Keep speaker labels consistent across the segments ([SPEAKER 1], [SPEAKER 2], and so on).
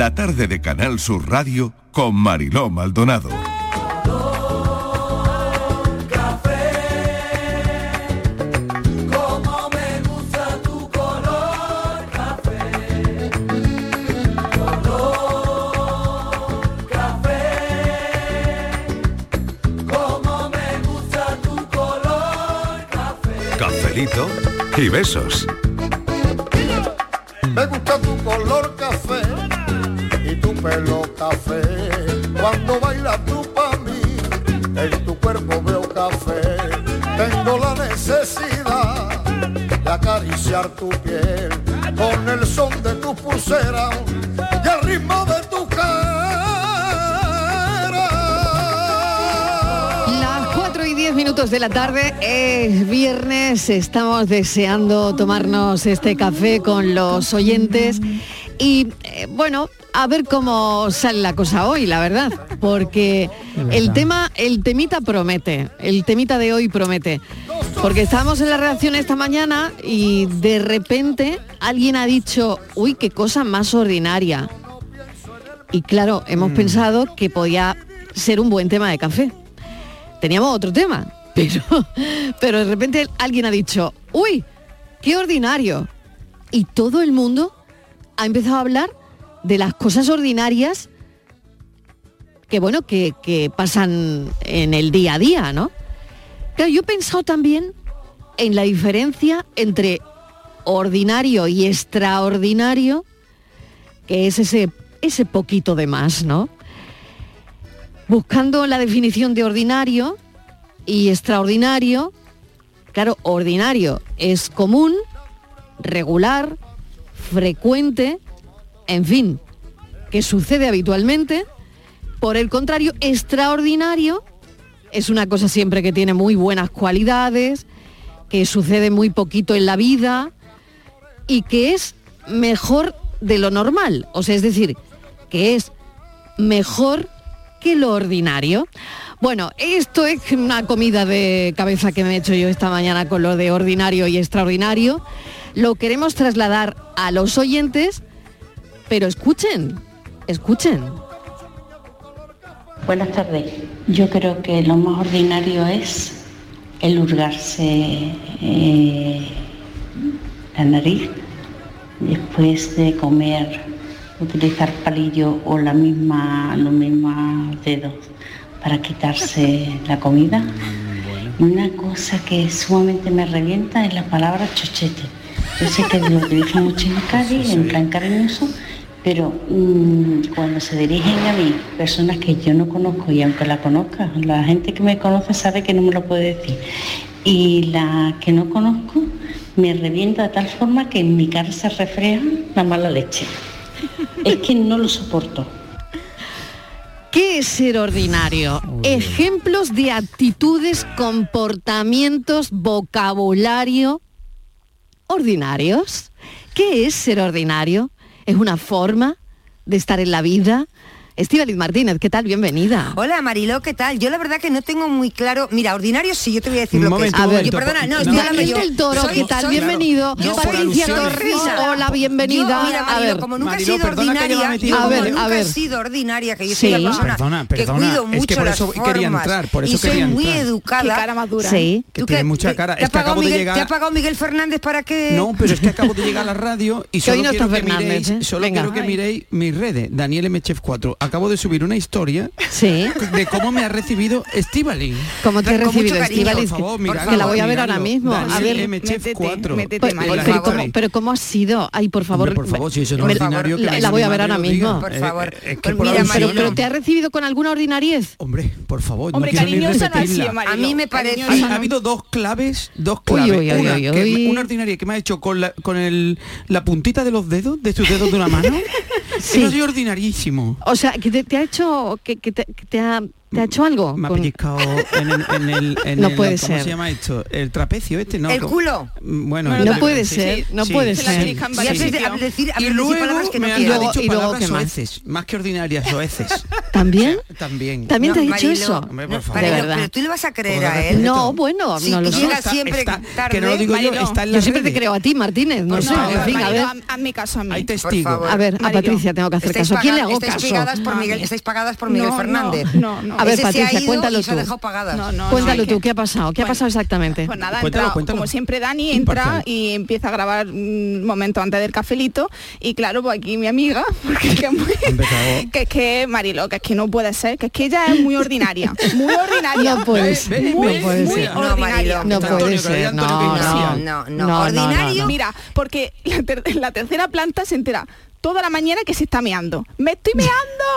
[SPEAKER 1] La tarde de Canal Sur Radio con Mariló Maldonado.
[SPEAKER 2] Como me gusta tu color café, color café. Como me gusta tu color café.
[SPEAKER 3] Cafelito y besos.
[SPEAKER 4] Me gusta tu color café y tu pelo café. Cuando bailas tú pa' mí, en tu cuerpo veo café. Tengo la necesidad de acariciar tu piel con el son de tu pulsera y el ritmo de tu
[SPEAKER 5] Las 4 y 10 minutos de la tarde es viernes, estamos deseando tomarnos este café con los oyentes y eh, bueno, a ver cómo sale la cosa hoy, la verdad, porque el tema, el temita promete, el temita de hoy promete. Porque estábamos en la reacción esta mañana y de repente alguien ha dicho, uy, qué cosa más ordinaria. Y claro, hemos pensado que podía ser un buen tema de café. Teníamos otro tema, pero, pero de repente alguien ha dicho, uy, qué ordinario. Y todo el mundo ha empezado a hablar de las cosas ordinarias que, bueno, que, que pasan en el día a día, ¿no? Claro, yo he pensado también en la diferencia entre ordinario y extraordinario, que es ese, ese poquito de más, ¿no? Buscando la definición de ordinario y extraordinario, claro, ordinario es común, regular, frecuente, en fin, que sucede habitualmente. Por el contrario, extraordinario es una cosa siempre que tiene muy buenas cualidades, que sucede muy poquito en la vida y que es mejor de lo normal. O sea, es decir, que es mejor que lo ordinario. Bueno, esto es una comida de cabeza que me he hecho yo esta mañana con lo de ordinario y extraordinario. Lo queremos trasladar a los oyentes, pero escuchen, escuchen.
[SPEAKER 6] Buenas tardes. Yo creo que lo más ordinario es el hurgarse eh, la nariz después de comer, utilizar palillo o la misma, los mismos dedos para quitarse la comida. Y Una cosa que sumamente me revienta es la palabra chochete. Yo sé que lo utilizan mucho en Cádiz, en plan cariñoso, pero mm, cuando se dirigen a mí personas que yo no conozco y aunque la conozca, la gente que me conoce sabe que no me lo puede decir. Y la que no conozco me revienta de tal forma que en mi cara se refleja la mala leche. Es que no lo soporto.
[SPEAKER 5] ¿Qué es ser ordinario? Ejemplos de actitudes, comportamientos, vocabulario ordinarios. ¿Qué es ser ordinario? ¿Es una forma de estar en la vida? Estíbaliz Martínez, ¿qué tal? Bienvenida.
[SPEAKER 7] Hola Mariló, ¿qué tal? Yo la verdad que no tengo muy claro. Mira, ordinario sí, yo te voy a decir lo
[SPEAKER 5] Momento,
[SPEAKER 7] que es.
[SPEAKER 5] A ver,
[SPEAKER 7] Yo, perdona, no, estoy hablando
[SPEAKER 5] Daniel
[SPEAKER 7] yo.
[SPEAKER 5] del Toro,
[SPEAKER 7] Soy-
[SPEAKER 5] ¿qué tal?
[SPEAKER 7] soy-
[SPEAKER 5] Bienvenido.
[SPEAKER 7] Yo soy-
[SPEAKER 5] Patricia
[SPEAKER 7] soy
[SPEAKER 5] Torres,
[SPEAKER 7] risa.
[SPEAKER 5] hola, bienvenida.
[SPEAKER 7] Yo, mira,
[SPEAKER 5] a
[SPEAKER 7] Mariló,
[SPEAKER 5] ver,
[SPEAKER 7] como nunca he sido ordinaria, y
[SPEAKER 5] a
[SPEAKER 7] como
[SPEAKER 5] ver, a
[SPEAKER 7] nunca he
[SPEAKER 5] ver.
[SPEAKER 7] sido ordinaria, que yo
[SPEAKER 5] Sí.
[SPEAKER 7] soy una persona
[SPEAKER 8] Perdona,
[SPEAKER 7] que
[SPEAKER 8] perdona,
[SPEAKER 7] cuido
[SPEAKER 8] es que
[SPEAKER 7] mucho
[SPEAKER 8] por eso
[SPEAKER 7] las
[SPEAKER 8] quería
[SPEAKER 7] formas,
[SPEAKER 8] entrar, por
[SPEAKER 7] y
[SPEAKER 8] eso
[SPEAKER 7] soy
[SPEAKER 8] quería
[SPEAKER 7] muy
[SPEAKER 8] entrar.
[SPEAKER 7] educada.
[SPEAKER 9] Qué cara más dura.
[SPEAKER 5] Sí.
[SPEAKER 8] Que tiene mucha cara.
[SPEAKER 7] ¿Te
[SPEAKER 8] Es
[SPEAKER 7] ha
[SPEAKER 8] que
[SPEAKER 7] pagado
[SPEAKER 8] acabo de
[SPEAKER 7] Miguel-
[SPEAKER 8] llegar-
[SPEAKER 7] ¿Te ha pagado Miguel Fernández para que...?
[SPEAKER 8] No, pero es que acabo de llegar a la radio y
[SPEAKER 5] Que hoy
[SPEAKER 8] solo,
[SPEAKER 5] no
[SPEAKER 8] quiero,
[SPEAKER 5] está
[SPEAKER 8] que
[SPEAKER 5] Fernández,
[SPEAKER 8] miréis,
[SPEAKER 5] ¿eh?
[SPEAKER 8] solo
[SPEAKER 5] Venga.
[SPEAKER 8] quiero que
[SPEAKER 5] Ay.
[SPEAKER 8] miréis mis redes, Daniel Mchef 4. Acabo de subir una historia
[SPEAKER 5] Sí.
[SPEAKER 8] de cómo me ha recibido Estivali.
[SPEAKER 5] ¿Cómo te he
[SPEAKER 7] Con mucho
[SPEAKER 5] recibido,
[SPEAKER 7] cariño,
[SPEAKER 5] Estíbaliz?
[SPEAKER 8] por favor,
[SPEAKER 5] Que-
[SPEAKER 8] miradlo,
[SPEAKER 5] que la voy a ver
[SPEAKER 8] miradlo.
[SPEAKER 5] ahora mismo. A
[SPEAKER 8] Daniel
[SPEAKER 5] ver,
[SPEAKER 8] M. Chef
[SPEAKER 9] métete,
[SPEAKER 8] 4.
[SPEAKER 9] métete,
[SPEAKER 5] pues,
[SPEAKER 9] Mariló.
[SPEAKER 5] pero,
[SPEAKER 8] la
[SPEAKER 5] pero
[SPEAKER 8] historia.
[SPEAKER 5] ¿cómo, pero ¿cómo ha sido? Ay, por favor.
[SPEAKER 8] Hombre, por favor, si eso no
[SPEAKER 5] me-
[SPEAKER 8] es ordinario, que
[SPEAKER 5] la,
[SPEAKER 8] mi
[SPEAKER 5] la voy a ver
[SPEAKER 8] madre
[SPEAKER 5] ahora
[SPEAKER 8] lo
[SPEAKER 5] mismo.
[SPEAKER 8] diga.
[SPEAKER 7] Por
[SPEAKER 8] Eh,
[SPEAKER 7] favor.
[SPEAKER 8] eh, es que por
[SPEAKER 7] Pues mira,
[SPEAKER 8] algo
[SPEAKER 5] Pero,
[SPEAKER 7] Mariló.
[SPEAKER 8] sirve.
[SPEAKER 5] pero ¿te ha recibido con alguna ordinariez?
[SPEAKER 8] Hombre, por favor,
[SPEAKER 9] Hombre,
[SPEAKER 8] no quiero ni
[SPEAKER 9] cariñosa no ha sido,
[SPEAKER 8] repetirla.
[SPEAKER 9] Mariló.
[SPEAKER 7] A mí me parece-
[SPEAKER 8] Hay-
[SPEAKER 9] Cariñosa,
[SPEAKER 8] ha
[SPEAKER 9] ¿no?
[SPEAKER 8] habido dos claves, dos claves.
[SPEAKER 5] uy, uy,
[SPEAKER 8] una,
[SPEAKER 5] uy,
[SPEAKER 8] que
[SPEAKER 5] uy.
[SPEAKER 8] me- una ordinaria que me ha hecho con, la, con el, la puntita de los dedos, de sus dedos de una mano.
[SPEAKER 5] Sí.
[SPEAKER 8] Eso es ordinarísimo.
[SPEAKER 5] O sea, que te, te ha hecho, que, que te, que te ha ¿Te ha hecho algo?
[SPEAKER 8] Me ha
[SPEAKER 5] Con-
[SPEAKER 8] pellizcado en el... en el- en
[SPEAKER 5] No
[SPEAKER 8] el-
[SPEAKER 5] puede
[SPEAKER 8] ¿Cómo
[SPEAKER 5] ser.
[SPEAKER 8] se llama esto? El trapecio este, ¿no?
[SPEAKER 7] ¿El
[SPEAKER 8] ¿cómo?
[SPEAKER 7] culo?
[SPEAKER 8] Bueno,
[SPEAKER 5] No
[SPEAKER 8] el-
[SPEAKER 5] puede
[SPEAKER 8] sí,
[SPEAKER 5] ser,
[SPEAKER 8] sí,
[SPEAKER 5] no
[SPEAKER 8] sí,
[SPEAKER 5] puede
[SPEAKER 8] sí,
[SPEAKER 5] ser.
[SPEAKER 8] sí,
[SPEAKER 7] Y
[SPEAKER 8] sí.
[SPEAKER 7] haces de- a decir, a
[SPEAKER 8] Y
[SPEAKER 7] decir palabras
[SPEAKER 8] luego
[SPEAKER 7] que no
[SPEAKER 8] me ha
[SPEAKER 7] quiero.
[SPEAKER 8] dicho
[SPEAKER 5] Y luego,
[SPEAKER 8] palabras
[SPEAKER 5] ¿qué más?
[SPEAKER 8] soeces, más que ordinarias, soeces.
[SPEAKER 5] ¿También?
[SPEAKER 8] También.
[SPEAKER 5] ¿También te ha
[SPEAKER 7] No,
[SPEAKER 5] dicho
[SPEAKER 7] Marilo,
[SPEAKER 5] eso?
[SPEAKER 8] Hombre, por
[SPEAKER 7] no,
[SPEAKER 8] favor.
[SPEAKER 7] Marilo,
[SPEAKER 5] De verdad.
[SPEAKER 7] Pero tú le vas a creer
[SPEAKER 8] Con
[SPEAKER 7] a él.
[SPEAKER 8] respeto.
[SPEAKER 5] No, bueno,
[SPEAKER 7] Sí,
[SPEAKER 5] no lo
[SPEAKER 7] tú
[SPEAKER 5] sé.
[SPEAKER 7] llega siempre
[SPEAKER 8] Que no lo
[SPEAKER 7] tarde,
[SPEAKER 8] digo yo,
[SPEAKER 9] Mariló.
[SPEAKER 8] está en
[SPEAKER 5] Yo
[SPEAKER 8] las
[SPEAKER 5] siempre te
[SPEAKER 8] redes.
[SPEAKER 5] creo a ti, Martínez. Pues No, sé,
[SPEAKER 9] Pues no,
[SPEAKER 5] en fin, a
[SPEAKER 9] Mariló,
[SPEAKER 5] ver.
[SPEAKER 9] haz- hazme caso a mí.
[SPEAKER 8] Hay testigo.
[SPEAKER 7] favor.
[SPEAKER 5] A ver, a
[SPEAKER 9] Mariló.
[SPEAKER 5] Patricia tengo que hacer
[SPEAKER 7] Estáis
[SPEAKER 5] caso. ¿A quién le
[SPEAKER 7] pagadas-
[SPEAKER 5] hago
[SPEAKER 7] estáis
[SPEAKER 5] caso?
[SPEAKER 7] Pagadas por
[SPEAKER 9] Ah,
[SPEAKER 7] Miguel,
[SPEAKER 9] mira.
[SPEAKER 7] estáis pagadas por Miguel
[SPEAKER 9] No, no,
[SPEAKER 7] Fernández.
[SPEAKER 9] no, no.
[SPEAKER 5] A ver,
[SPEAKER 7] Ese se ha
[SPEAKER 5] Patricia,
[SPEAKER 7] ido
[SPEAKER 5] cuéntalo
[SPEAKER 7] y se ha
[SPEAKER 5] tú.
[SPEAKER 7] dejado pagadas.
[SPEAKER 9] No, no,
[SPEAKER 5] Cuéntalo
[SPEAKER 9] es que-
[SPEAKER 5] tú, ¿qué ha pasado? ¿Qué ha
[SPEAKER 9] Bueno,
[SPEAKER 5] pasado exactamente?
[SPEAKER 9] Pues nada,
[SPEAKER 8] Cuéntalo,
[SPEAKER 9] entra-
[SPEAKER 8] cuéntalo.
[SPEAKER 9] como siempre Dani
[SPEAKER 8] Imparcial.
[SPEAKER 9] entra y empieza a grabar un momento antes del cafelito y claro, pues aquí mi amiga, porque es que, es muy-
[SPEAKER 8] Empezado.
[SPEAKER 9] que es que Marilo, que es que no puede ser, que es que ella es muy ordinaria, muy ordinaria.
[SPEAKER 5] No puede ser,
[SPEAKER 9] Muy,
[SPEAKER 5] no puede
[SPEAKER 9] muy
[SPEAKER 5] ser.
[SPEAKER 7] No,
[SPEAKER 9] ordinaria.
[SPEAKER 7] Marilo.
[SPEAKER 5] No
[SPEAKER 8] Antonio,
[SPEAKER 5] puede
[SPEAKER 8] que lo diga
[SPEAKER 5] ser, no,
[SPEAKER 8] Antonio que
[SPEAKER 5] no,
[SPEAKER 8] decía.
[SPEAKER 7] No, no, ordinario.
[SPEAKER 9] Mira, porque la, ter- la tercera planta se entera toda la mañana que se está meando. ¡Me estoy meando!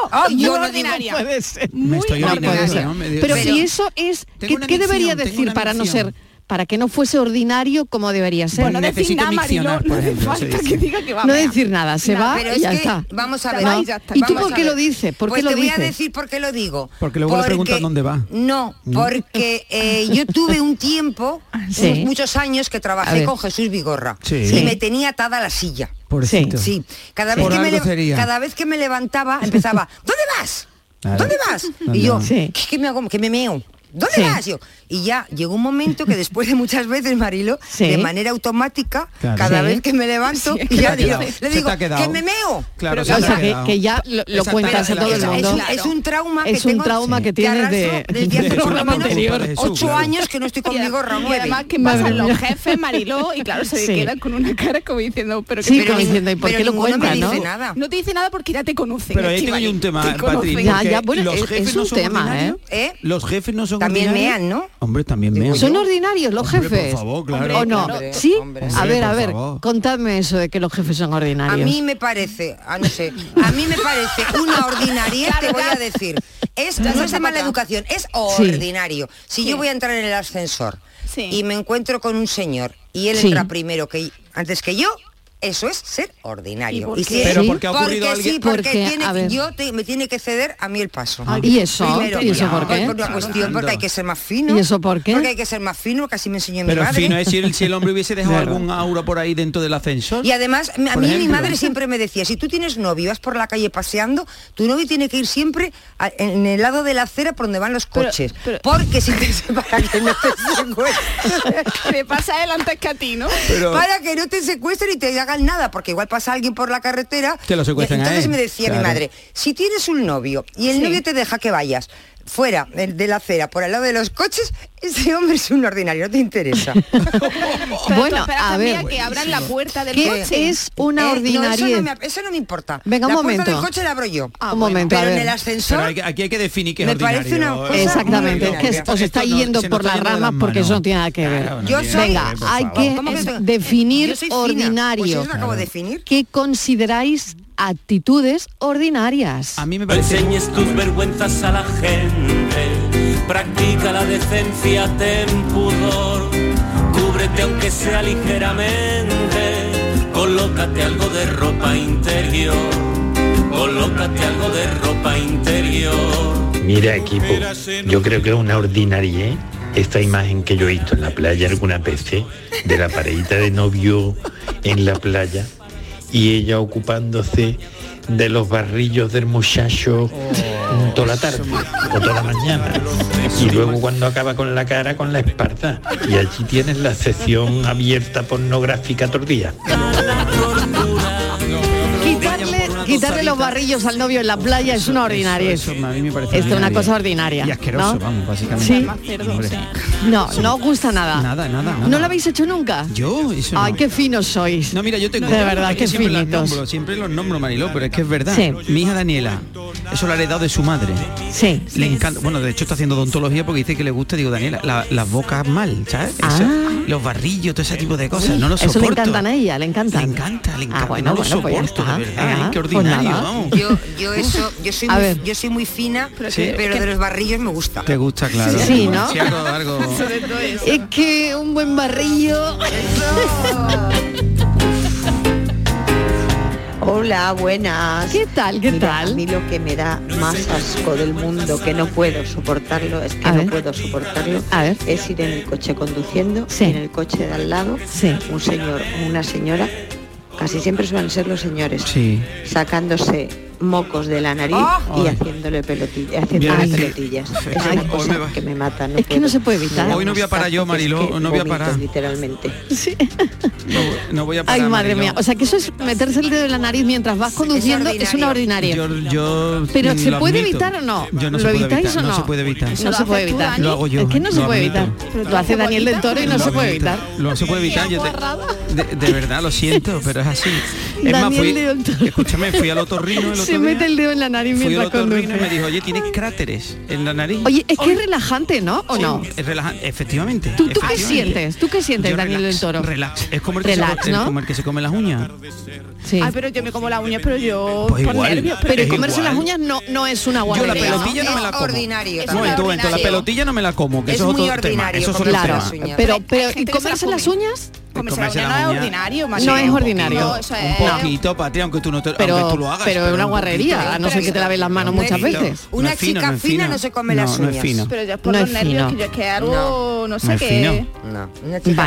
[SPEAKER 5] Oh,
[SPEAKER 7] Ah,
[SPEAKER 9] Muy
[SPEAKER 7] yo no digo
[SPEAKER 9] ordinaria.
[SPEAKER 5] puede ser.
[SPEAKER 9] Muy
[SPEAKER 8] estoy
[SPEAKER 5] No puede
[SPEAKER 8] ordinaria,
[SPEAKER 9] ordinaria.
[SPEAKER 5] ser.
[SPEAKER 8] ¿no? Me dio-
[SPEAKER 5] Pero
[SPEAKER 7] Pero-
[SPEAKER 5] si eso es, ¿qué,
[SPEAKER 8] Tengo una
[SPEAKER 5] qué debería
[SPEAKER 8] micción, tengo
[SPEAKER 5] decir
[SPEAKER 8] una
[SPEAKER 5] para no
[SPEAKER 8] micción.
[SPEAKER 5] ser, para que no fuese ordinario como debería ser?
[SPEAKER 9] Bueno, no decir
[SPEAKER 8] Necesito
[SPEAKER 9] nada, Mariló,
[SPEAKER 8] miccionar,
[SPEAKER 9] no
[SPEAKER 8] por
[SPEAKER 9] hace
[SPEAKER 8] ejemplo, se
[SPEAKER 9] falta
[SPEAKER 8] dice.
[SPEAKER 9] que diga que va a
[SPEAKER 5] no
[SPEAKER 9] mear.
[SPEAKER 5] decir nada, se
[SPEAKER 9] No,
[SPEAKER 5] va
[SPEAKER 7] Pero
[SPEAKER 5] y
[SPEAKER 7] es
[SPEAKER 5] ya
[SPEAKER 7] que,
[SPEAKER 5] está.
[SPEAKER 7] vamos a
[SPEAKER 9] Se
[SPEAKER 7] ver.
[SPEAKER 9] va
[SPEAKER 5] ¿no?
[SPEAKER 9] y ya está.
[SPEAKER 5] ¿Y tú
[SPEAKER 9] Vamos
[SPEAKER 5] por
[SPEAKER 9] a
[SPEAKER 5] qué
[SPEAKER 9] ver.
[SPEAKER 5] lo dices? ¿Por
[SPEAKER 7] pues
[SPEAKER 5] qué lo
[SPEAKER 7] te
[SPEAKER 5] dices?
[SPEAKER 7] voy a decir por qué lo digo.
[SPEAKER 8] Porque luego le preguntan dónde va. ¿Mm?
[SPEAKER 7] No, porque eh, yo tuve un tiempo,
[SPEAKER 5] Sí.
[SPEAKER 7] unos muchos años, que
[SPEAKER 5] A ver.
[SPEAKER 7] trabajé con Jesús Vigorra.
[SPEAKER 8] Sí.
[SPEAKER 7] Y
[SPEAKER 8] Sí.
[SPEAKER 7] me tenía atada a la silla.
[SPEAKER 8] Pobrecito.
[SPEAKER 7] Sí, cada
[SPEAKER 8] Sí.
[SPEAKER 7] vez,
[SPEAKER 8] Por
[SPEAKER 7] que me,
[SPEAKER 8] algo
[SPEAKER 7] leva-
[SPEAKER 8] sería.
[SPEAKER 7] cada vez que me levantaba empezaba, ¿dónde vas?
[SPEAKER 8] Claro.
[SPEAKER 7] ¿Dónde vas?
[SPEAKER 8] No,
[SPEAKER 7] Y yo,
[SPEAKER 8] no.
[SPEAKER 5] Sí.
[SPEAKER 7] ¿qué, qué me hago? Que me meo. ¿Dónde
[SPEAKER 5] Sí.
[SPEAKER 7] vas? Yo, y ya llegó un momento que después de muchas veces, Marilo,
[SPEAKER 5] Sí.
[SPEAKER 7] de manera automática,
[SPEAKER 8] Claro.
[SPEAKER 7] cada
[SPEAKER 5] Sí.
[SPEAKER 7] vez que me levanto,
[SPEAKER 9] Sí, es que
[SPEAKER 7] ya
[SPEAKER 8] Se te ha
[SPEAKER 7] digo,
[SPEAKER 8] quedado.
[SPEAKER 7] le
[SPEAKER 8] Se
[SPEAKER 7] digo,
[SPEAKER 8] te ha quedado.
[SPEAKER 7] que me meo.
[SPEAKER 8] Claro,
[SPEAKER 9] Pero
[SPEAKER 8] se
[SPEAKER 5] o
[SPEAKER 8] te ha
[SPEAKER 5] sea, que,
[SPEAKER 8] quedado.
[SPEAKER 5] que ya lo, lo
[SPEAKER 8] Esa
[SPEAKER 5] cuentas
[SPEAKER 8] tarea
[SPEAKER 5] a todo
[SPEAKER 8] se
[SPEAKER 5] el
[SPEAKER 8] la
[SPEAKER 7] Es-
[SPEAKER 5] mundo.
[SPEAKER 7] Es, es un trauma que
[SPEAKER 5] Es un
[SPEAKER 7] tengo
[SPEAKER 5] trauma que tienes de-
[SPEAKER 7] arrastro desde
[SPEAKER 8] de
[SPEAKER 7] hace por lo
[SPEAKER 8] su
[SPEAKER 7] menos
[SPEAKER 8] culpa, de su,
[SPEAKER 7] ocho
[SPEAKER 8] claro.
[SPEAKER 7] años que no estoy
[SPEAKER 9] Y-
[SPEAKER 7] conmigo
[SPEAKER 9] Y
[SPEAKER 7] Ramón.
[SPEAKER 9] además que
[SPEAKER 5] Madre
[SPEAKER 9] pasan
[SPEAKER 5] mía.
[SPEAKER 9] los jefes, Mariló, y claro, se
[SPEAKER 5] Sí.
[SPEAKER 9] quedan con una cara como diciendo, pero que
[SPEAKER 5] Sí,
[SPEAKER 9] pero
[SPEAKER 5] como
[SPEAKER 9] ni-
[SPEAKER 5] diciendo, ¿y por
[SPEAKER 7] pero
[SPEAKER 5] qué lo
[SPEAKER 7] ninguno me
[SPEAKER 5] cuentas,
[SPEAKER 7] dice
[SPEAKER 5] no?
[SPEAKER 7] nada.
[SPEAKER 9] no te dice nada porque ya te conocen.
[SPEAKER 8] Pero ahí tengo
[SPEAKER 9] Estíbaliz,
[SPEAKER 8] yo un tema,
[SPEAKER 9] te
[SPEAKER 8] Patri.
[SPEAKER 9] conocen.
[SPEAKER 5] Ya,
[SPEAKER 8] porque
[SPEAKER 5] ya, bueno,
[SPEAKER 8] los
[SPEAKER 5] es-
[SPEAKER 8] jefes
[SPEAKER 5] es
[SPEAKER 8] no
[SPEAKER 5] un
[SPEAKER 8] son
[SPEAKER 5] tema,
[SPEAKER 8] ordinarios.
[SPEAKER 7] ¿eh?
[SPEAKER 8] Los jefes no son
[SPEAKER 7] También
[SPEAKER 8] ordinarios.
[SPEAKER 7] mean, ¿no?
[SPEAKER 8] Hombre, también mean.
[SPEAKER 5] ¿Son ordinarios los
[SPEAKER 8] Hombre, por
[SPEAKER 5] jefes?
[SPEAKER 8] favor, claro.
[SPEAKER 5] ¿O no?
[SPEAKER 7] Hombre,
[SPEAKER 5] ¿Sí?
[SPEAKER 7] hombre.
[SPEAKER 5] a
[SPEAKER 8] Hombre,
[SPEAKER 5] ver,
[SPEAKER 8] por
[SPEAKER 5] a ver,
[SPEAKER 8] favor.
[SPEAKER 5] contadme eso de que los jefes son
[SPEAKER 7] A
[SPEAKER 5] ordinarios.
[SPEAKER 7] mí me parece, ah, no sé, a mí me parece una ordinaria, te voy a decir. Es,
[SPEAKER 9] Ya
[SPEAKER 7] no
[SPEAKER 9] se
[SPEAKER 7] es de
[SPEAKER 9] está
[SPEAKER 7] mala
[SPEAKER 9] para atrás.
[SPEAKER 7] educación, es
[SPEAKER 5] Sí.
[SPEAKER 7] ordinario. Si yo voy a entrar en el ascensor
[SPEAKER 9] Sí.
[SPEAKER 7] y me encuentro con un señor y él
[SPEAKER 5] Sí.
[SPEAKER 7] entra primero que antes que yo, eso es ser ordinario.
[SPEAKER 9] ¿Y por
[SPEAKER 7] Y
[SPEAKER 9] qué?
[SPEAKER 7] si-
[SPEAKER 5] Pero
[SPEAKER 8] porque ha ocurrido
[SPEAKER 7] porque
[SPEAKER 8] alguien-
[SPEAKER 7] sí, porque,
[SPEAKER 5] Porque,
[SPEAKER 7] tiene-
[SPEAKER 5] a ver.
[SPEAKER 7] yo te- me tiene que ceder a mí el paso.
[SPEAKER 9] Ah,
[SPEAKER 5] ¿Y eso?
[SPEAKER 7] Primero,
[SPEAKER 5] ¿Y eso por
[SPEAKER 7] pues
[SPEAKER 5] qué?
[SPEAKER 7] por la cuestión, porque hay que ser más fino.
[SPEAKER 5] ¿Y eso por qué?
[SPEAKER 7] Porque hay que ser más fino, casi me enseñó mi
[SPEAKER 8] Pero en
[SPEAKER 7] madre.
[SPEAKER 8] fin, no es si el, si el hombre hubiese dejado
[SPEAKER 5] Claro.
[SPEAKER 8] algún aura por ahí dentro del ascensor.
[SPEAKER 7] Y además, a mí
[SPEAKER 8] Por
[SPEAKER 7] mi
[SPEAKER 8] ejemplo.
[SPEAKER 7] madre siempre me decía, si tú tienes novio y vas por la calle paseando, tu novio tiene que ir siempre a- en el lado de la acera por donde van los
[SPEAKER 9] Pero-
[SPEAKER 7] coches.
[SPEAKER 9] pero-
[SPEAKER 7] porque si te para que no te secuestren.
[SPEAKER 9] Le pasa a él antes que a ti, ¿no?
[SPEAKER 8] Pero-
[SPEAKER 7] para que no te secuestren y te hagan nada, porque igual pasa alguien por la carretera.
[SPEAKER 8] Te lo secuestran a
[SPEAKER 7] Entonces
[SPEAKER 8] él,
[SPEAKER 7] me decía mi
[SPEAKER 8] claro.
[SPEAKER 7] madre, si tienes un novio y el
[SPEAKER 9] Sí.
[SPEAKER 7] novio te deja que vayas fuera de de la acera, por al lado de los coches, ese hombre es un ordinario, no te interesa.
[SPEAKER 9] Pero
[SPEAKER 5] Bueno,
[SPEAKER 9] tú esperas
[SPEAKER 5] a
[SPEAKER 9] también
[SPEAKER 5] ver.
[SPEAKER 9] que abran la puerta del
[SPEAKER 5] ¿Qué
[SPEAKER 9] coche.
[SPEAKER 5] es una
[SPEAKER 7] Eh, no, eso no
[SPEAKER 5] ordinariedad?
[SPEAKER 7] me- eso no me importa.
[SPEAKER 5] Venga, un
[SPEAKER 7] la puerta
[SPEAKER 5] momento.
[SPEAKER 7] del coche la abro yo.
[SPEAKER 5] Un momento,
[SPEAKER 7] Pero
[SPEAKER 5] a
[SPEAKER 7] en
[SPEAKER 5] ver.
[SPEAKER 7] el
[SPEAKER 8] Pero
[SPEAKER 7] ascensor.
[SPEAKER 8] hay que- aquí hay que definir que es
[SPEAKER 7] Me parece
[SPEAKER 8] ordinario. eh.
[SPEAKER 7] una cosa
[SPEAKER 5] Exactamente,
[SPEAKER 7] muy
[SPEAKER 5] es que
[SPEAKER 7] ordinaria.
[SPEAKER 5] os está
[SPEAKER 8] Esto no-
[SPEAKER 5] yendo
[SPEAKER 8] se nos
[SPEAKER 5] por
[SPEAKER 8] está
[SPEAKER 5] las
[SPEAKER 8] yendo de
[SPEAKER 5] ramas
[SPEAKER 8] las
[SPEAKER 5] porque
[SPEAKER 8] manos.
[SPEAKER 5] eso no tiene nada que ver.
[SPEAKER 8] Claro, no
[SPEAKER 7] Yo
[SPEAKER 8] tiene
[SPEAKER 7] soy-
[SPEAKER 8] nada
[SPEAKER 5] Venga,
[SPEAKER 8] ver, por
[SPEAKER 5] hay
[SPEAKER 8] favor.
[SPEAKER 5] que
[SPEAKER 7] ¿Cómo que soy?
[SPEAKER 5] definir
[SPEAKER 7] Yo soy fina. Pues
[SPEAKER 5] ordinario.
[SPEAKER 7] yo lo acabo de definir.
[SPEAKER 5] ¿Qué consideráis actitudes ordinarias?
[SPEAKER 8] A mí me
[SPEAKER 10] No
[SPEAKER 8] parece...
[SPEAKER 10] enseñes tus vergüenzas a la gente, practica la decencia, ten pudor, cúbrete aunque sea ligeramente, colócate algo de ropa interior, colócate algo de ropa interior.
[SPEAKER 11] Mira equipo, yo creo que es una ordinarie esta imagen que yo he visto en la playa alguna vez ¿eh? de la parejita de novio en la playa y ella ocupándose de los barrillos del muchacho toda la tarde o toda la mañana y luego cuando acaba con la cara con la espalda y allí tienes la sesión abierta pornográfica todos los días.
[SPEAKER 5] quitarle quitarle los barrillos al novio en la playa es una ordinaria.
[SPEAKER 8] Eso, eso, a mí me parece
[SPEAKER 5] Esto es una
[SPEAKER 8] ordinaria.
[SPEAKER 5] cosa ordinaria.
[SPEAKER 8] Y asqueroso,
[SPEAKER 5] ¿no?
[SPEAKER 8] vamos, básicamente.
[SPEAKER 5] Sí.
[SPEAKER 8] Hombre.
[SPEAKER 5] No, no os gusta nada.
[SPEAKER 8] Nada, nada, nada.
[SPEAKER 5] ¿No lo habéis hecho nunca?
[SPEAKER 8] Yo, eso
[SPEAKER 5] Ay,
[SPEAKER 8] no.
[SPEAKER 5] qué finos sois.
[SPEAKER 8] No, mira, yo tengo...
[SPEAKER 5] De verdad,
[SPEAKER 8] es que
[SPEAKER 5] qué
[SPEAKER 8] siempre las
[SPEAKER 5] finitos.
[SPEAKER 8] nombro, siempre los nombro, Mariló, pero es que es verdad.
[SPEAKER 5] Sí.
[SPEAKER 8] Mi hija Daniela, eso lo ha heredado de su madre.
[SPEAKER 5] Sí.
[SPEAKER 8] Le encanta, bueno, de hecho está haciendo odontología porque dice que le gusta, digo, Daniela, la- las bocas mal, ¿sabes?
[SPEAKER 5] Ah.
[SPEAKER 8] Eso, los barrillos, todo ese tipo de cosas, no lo
[SPEAKER 5] Eso
[SPEAKER 8] soporto.
[SPEAKER 5] le encantan a ella, le encanta.
[SPEAKER 8] Le encanta, le encanta,
[SPEAKER 5] Ah, bueno,
[SPEAKER 8] no lo
[SPEAKER 5] bueno, pues ya
[SPEAKER 8] soporto,
[SPEAKER 5] está.
[SPEAKER 8] de verdad,
[SPEAKER 5] Venga,
[SPEAKER 8] qué
[SPEAKER 5] pues
[SPEAKER 8] ordinario,
[SPEAKER 5] nada.
[SPEAKER 8] vamos.
[SPEAKER 7] Yo, yo eso, yo soy,
[SPEAKER 5] A
[SPEAKER 7] muy,
[SPEAKER 5] ver.
[SPEAKER 7] yo soy muy fina, pero,
[SPEAKER 8] Sí.
[SPEAKER 7] de los barrillos me gusta.
[SPEAKER 8] Te gusta, claro.
[SPEAKER 5] Sí, ¿no?
[SPEAKER 8] Sí, algo, algo.
[SPEAKER 5] Es que un buen barrillo.
[SPEAKER 12] Hola, buenas.
[SPEAKER 5] ¿Qué tal? ¿Qué tal?
[SPEAKER 12] A mí lo que me da más asco del mundo, que no puedo soportarlo, es que no puedo soportarlo, es ir en el coche conduciendo, y en el coche de al lado, un señor o una señora, casi siempre suelen ser los señores, sacándose mocos de la nariz
[SPEAKER 5] Ah.
[SPEAKER 12] y haciéndole pelotillas, haciéndole
[SPEAKER 5] Ay.
[SPEAKER 12] pelotillas. Es
[SPEAKER 5] Ay,
[SPEAKER 12] una
[SPEAKER 5] hoy
[SPEAKER 12] cosa
[SPEAKER 5] me va.
[SPEAKER 12] que me mata.
[SPEAKER 5] Es que no se puede evitar.
[SPEAKER 8] Hoy no voy a parar yo, Mariló, no voy a parar.
[SPEAKER 12] Literalmente.
[SPEAKER 8] No voy a parar.
[SPEAKER 5] Ay, madre
[SPEAKER 8] Mariló.
[SPEAKER 5] mía. O sea, que eso es meterse el dedo en la nariz mientras vas conduciendo es una ordinaria.
[SPEAKER 8] Yo, yo,
[SPEAKER 5] Pero
[SPEAKER 8] mm,
[SPEAKER 5] ¿se
[SPEAKER 8] lo
[SPEAKER 5] puede
[SPEAKER 8] admito.
[SPEAKER 5] evitar o no?
[SPEAKER 8] Yo no
[SPEAKER 5] ¿Lo
[SPEAKER 8] se puede
[SPEAKER 5] evitáis
[SPEAKER 8] evitar,
[SPEAKER 5] o
[SPEAKER 8] No
[SPEAKER 5] no?
[SPEAKER 8] se puede evitar.
[SPEAKER 5] Eso lo No se puede haces tú, evitar. Dani.
[SPEAKER 8] Lo hago yo.
[SPEAKER 5] Es que no se puede
[SPEAKER 8] admito.
[SPEAKER 5] evitar. Pero lo hace Daniel del Toro y no
[SPEAKER 8] Lo
[SPEAKER 5] se puede
[SPEAKER 8] admito.
[SPEAKER 5] evitar.
[SPEAKER 8] Lo se puede evitar. yo te- de, de verdad, lo siento, pero es así. Es más,
[SPEAKER 5] Daniel del
[SPEAKER 8] fui, escúchame, fui al otorrino el otro
[SPEAKER 5] Se
[SPEAKER 8] día,
[SPEAKER 5] mete el dedo en la nariz
[SPEAKER 8] Fui al
[SPEAKER 5] mientras
[SPEAKER 8] otorrino y me
[SPEAKER 5] conduce.
[SPEAKER 8] dijo, oye, tienes cráteres en la nariz.
[SPEAKER 5] Oye, es que es relajante, ¿no? ¿O no?
[SPEAKER 8] Es relajante, efectivamente.
[SPEAKER 5] ¿Tú, tú qué
[SPEAKER 8] efectivamente.
[SPEAKER 5] sientes? ¿Tú qué sientes,
[SPEAKER 8] Yo
[SPEAKER 5] Daniel
[SPEAKER 8] relax,
[SPEAKER 5] del Toro?
[SPEAKER 8] Relax. Es como el, que se
[SPEAKER 5] Relax,
[SPEAKER 8] co- el-
[SPEAKER 5] ¿no?
[SPEAKER 8] como el que se come las uñas.
[SPEAKER 9] Ay, pero yo me como las uñas, pero yo
[SPEAKER 8] Pues
[SPEAKER 9] por
[SPEAKER 8] igual,
[SPEAKER 9] nervios.
[SPEAKER 8] pero
[SPEAKER 5] Pero
[SPEAKER 8] Es
[SPEAKER 5] comerse
[SPEAKER 8] igual.
[SPEAKER 5] las uñas no, no es una
[SPEAKER 8] Yo la
[SPEAKER 5] guardería.
[SPEAKER 8] pelotilla no me la como.
[SPEAKER 7] ordinario.
[SPEAKER 8] Un momento, un momento, la pelotilla no me la como, que
[SPEAKER 7] Es
[SPEAKER 8] eso es
[SPEAKER 7] muy
[SPEAKER 8] otro tema.
[SPEAKER 7] ordinario
[SPEAKER 8] Eso es otro
[SPEAKER 7] comer
[SPEAKER 8] tema.
[SPEAKER 7] las uñas.
[SPEAKER 5] Pero, pero ¿y comerse las uñas?
[SPEAKER 9] Comerse
[SPEAKER 8] Comerse
[SPEAKER 9] las
[SPEAKER 8] las
[SPEAKER 9] uñas no es
[SPEAKER 8] uñas.
[SPEAKER 9] ordinario,
[SPEAKER 5] No es
[SPEAKER 9] un
[SPEAKER 5] ordinario.
[SPEAKER 9] poquito, eso es-
[SPEAKER 8] Un poquito, Patria, aunque tú no te,
[SPEAKER 5] Pero,
[SPEAKER 8] aunque tú lo hagas.
[SPEAKER 5] pero es una
[SPEAKER 8] un
[SPEAKER 5] guarrería, a no ser que te laves las manos
[SPEAKER 8] Pero un
[SPEAKER 5] muchas
[SPEAKER 8] poquito.
[SPEAKER 5] veces.
[SPEAKER 8] No es fino, no es fino. No, no es fino.
[SPEAKER 9] Pero yo es por
[SPEAKER 5] No
[SPEAKER 9] los
[SPEAKER 5] es
[SPEAKER 9] nervios
[SPEAKER 5] fino.
[SPEAKER 9] que yo es que algo, no, sé
[SPEAKER 8] es
[SPEAKER 9] qué.
[SPEAKER 7] No.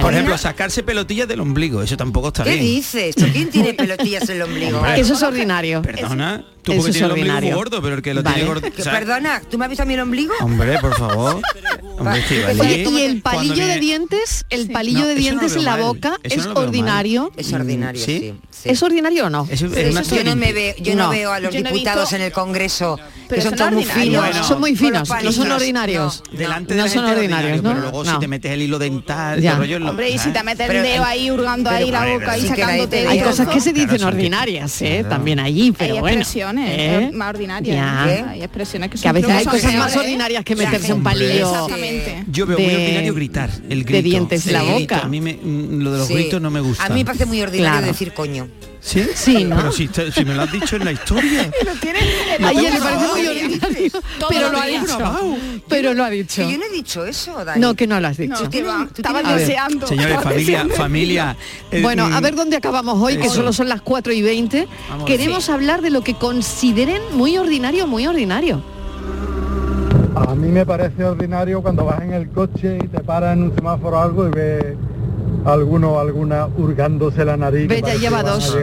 [SPEAKER 8] Por ejemplo, sacarse pelotillas del ombligo, eso tampoco está
[SPEAKER 7] ¿Qué
[SPEAKER 8] bien.
[SPEAKER 7] dices? ¿Pero ¿Quién tiene pelotillas en el ombligo?
[SPEAKER 8] Hombre. Eso es
[SPEAKER 5] ordinario.
[SPEAKER 8] Perdona, tú porque
[SPEAKER 5] Eso es
[SPEAKER 8] tienes el ombligo muy
[SPEAKER 5] ordinario.
[SPEAKER 8] gordo, pero el que lo
[SPEAKER 5] Vale.
[SPEAKER 8] tiene gordo... o sea,
[SPEAKER 7] Perdona, ¿tú me has visto a mí el ombligo?
[SPEAKER 8] Hombre, por favor. Hombre, Estivali.
[SPEAKER 5] Oye, y el
[SPEAKER 8] Cuando
[SPEAKER 5] palillo
[SPEAKER 8] viene-
[SPEAKER 5] de dientes, el palillo
[SPEAKER 8] No,
[SPEAKER 5] de
[SPEAKER 8] eso no
[SPEAKER 5] dientes
[SPEAKER 8] lo
[SPEAKER 5] en la
[SPEAKER 8] veo mal.
[SPEAKER 5] boca
[SPEAKER 8] Eso
[SPEAKER 5] es
[SPEAKER 8] no lo veo mal. Mm,
[SPEAKER 5] ordinario.
[SPEAKER 7] Es ordinario, sí.
[SPEAKER 5] ¿Es ordinario o Eh, no?
[SPEAKER 8] Eso-
[SPEAKER 7] Pero eso yo no me veo, yo no, veo a los
[SPEAKER 5] Yo no he
[SPEAKER 7] diputados
[SPEAKER 5] visto-
[SPEAKER 7] en el Congreso
[SPEAKER 5] Pero
[SPEAKER 7] que son
[SPEAKER 5] son
[SPEAKER 7] todos muy
[SPEAKER 5] ordinarios.
[SPEAKER 7] finos,
[SPEAKER 5] Bueno, Son muy
[SPEAKER 7] con los
[SPEAKER 5] finos, no son
[SPEAKER 7] palillos.
[SPEAKER 5] ordinarios.
[SPEAKER 7] No,
[SPEAKER 8] Delante de
[SPEAKER 5] No
[SPEAKER 8] la
[SPEAKER 5] son
[SPEAKER 8] gente es
[SPEAKER 5] ordinarios,
[SPEAKER 8] ordinario,
[SPEAKER 5] ¿no?
[SPEAKER 8] Pero luego
[SPEAKER 5] No.
[SPEAKER 8] si te metes el hilo dental,
[SPEAKER 5] Ya.
[SPEAKER 8] el rollo... lo-
[SPEAKER 9] Hombre, y si
[SPEAKER 8] ¿sabes?
[SPEAKER 9] te metes
[SPEAKER 7] Pero-
[SPEAKER 9] el dedo ahí hurgando ahí la
[SPEAKER 8] Pero-
[SPEAKER 9] boca y
[SPEAKER 8] Sí, que
[SPEAKER 7] nadie te
[SPEAKER 9] sacándote
[SPEAKER 5] Hay
[SPEAKER 9] el
[SPEAKER 5] cosas que se
[SPEAKER 8] Claro,
[SPEAKER 5] dicen
[SPEAKER 8] son que-
[SPEAKER 5] ordinarias, ¿eh?
[SPEAKER 8] Claro.
[SPEAKER 5] También allí, pero
[SPEAKER 9] hay
[SPEAKER 5] bueno.
[SPEAKER 9] expresiones
[SPEAKER 5] ¿eh?
[SPEAKER 9] más ordinarias.
[SPEAKER 5] Ya.
[SPEAKER 9] ¿eh? Hay expresiones que,
[SPEAKER 5] Que a veces hay cosas
[SPEAKER 9] peores,
[SPEAKER 5] más
[SPEAKER 9] ¿eh?
[SPEAKER 5] ordinarias que meterse un
[SPEAKER 8] Hombre.
[SPEAKER 5] palillo.
[SPEAKER 9] Exactamente.
[SPEAKER 8] Yo veo muy
[SPEAKER 5] de-
[SPEAKER 8] ordinario gritar, el
[SPEAKER 5] de
[SPEAKER 8] grito.
[SPEAKER 5] dientes en
[SPEAKER 8] el
[SPEAKER 5] la
[SPEAKER 8] grito.
[SPEAKER 5] boca.
[SPEAKER 8] A mí me, mm, lo de los
[SPEAKER 7] Sí.
[SPEAKER 8] gritos no me gusta.
[SPEAKER 7] A mí me parece muy ordinario
[SPEAKER 8] Claro.
[SPEAKER 7] decir coño.
[SPEAKER 8] ¿Sí?
[SPEAKER 5] Sí, ¿no?
[SPEAKER 8] Pero si, te- si me lo has dicho en la historia.
[SPEAKER 5] A ella le parece muy ordinario,
[SPEAKER 9] Todo
[SPEAKER 5] pero lo ha
[SPEAKER 9] ordinario.
[SPEAKER 5] dicho. Pero lo ha dicho.
[SPEAKER 7] Que yo no he dicho eso, Dani.
[SPEAKER 5] No, que no lo has dicho.
[SPEAKER 7] Tú tienes- tú
[SPEAKER 9] estaba
[SPEAKER 7] tienes-
[SPEAKER 9] deseando.
[SPEAKER 8] Señores,
[SPEAKER 9] estaba
[SPEAKER 8] familia,
[SPEAKER 9] deseando.
[SPEAKER 8] familia. eh,
[SPEAKER 5] Bueno, a
[SPEAKER 8] mm,
[SPEAKER 5] ver dónde acabamos hoy, que
[SPEAKER 8] eso.
[SPEAKER 5] solo son las 4 y 20.
[SPEAKER 8] Vamos,
[SPEAKER 5] Queremos hablar de lo que consideren muy ordinario, muy ordinario.
[SPEAKER 13] A mí me parece ordinario cuando vas en el coche y te paras en un semáforo o algo y ve alguno o alguna hurgándose la nariz.
[SPEAKER 5] Ve, ya lleva dos.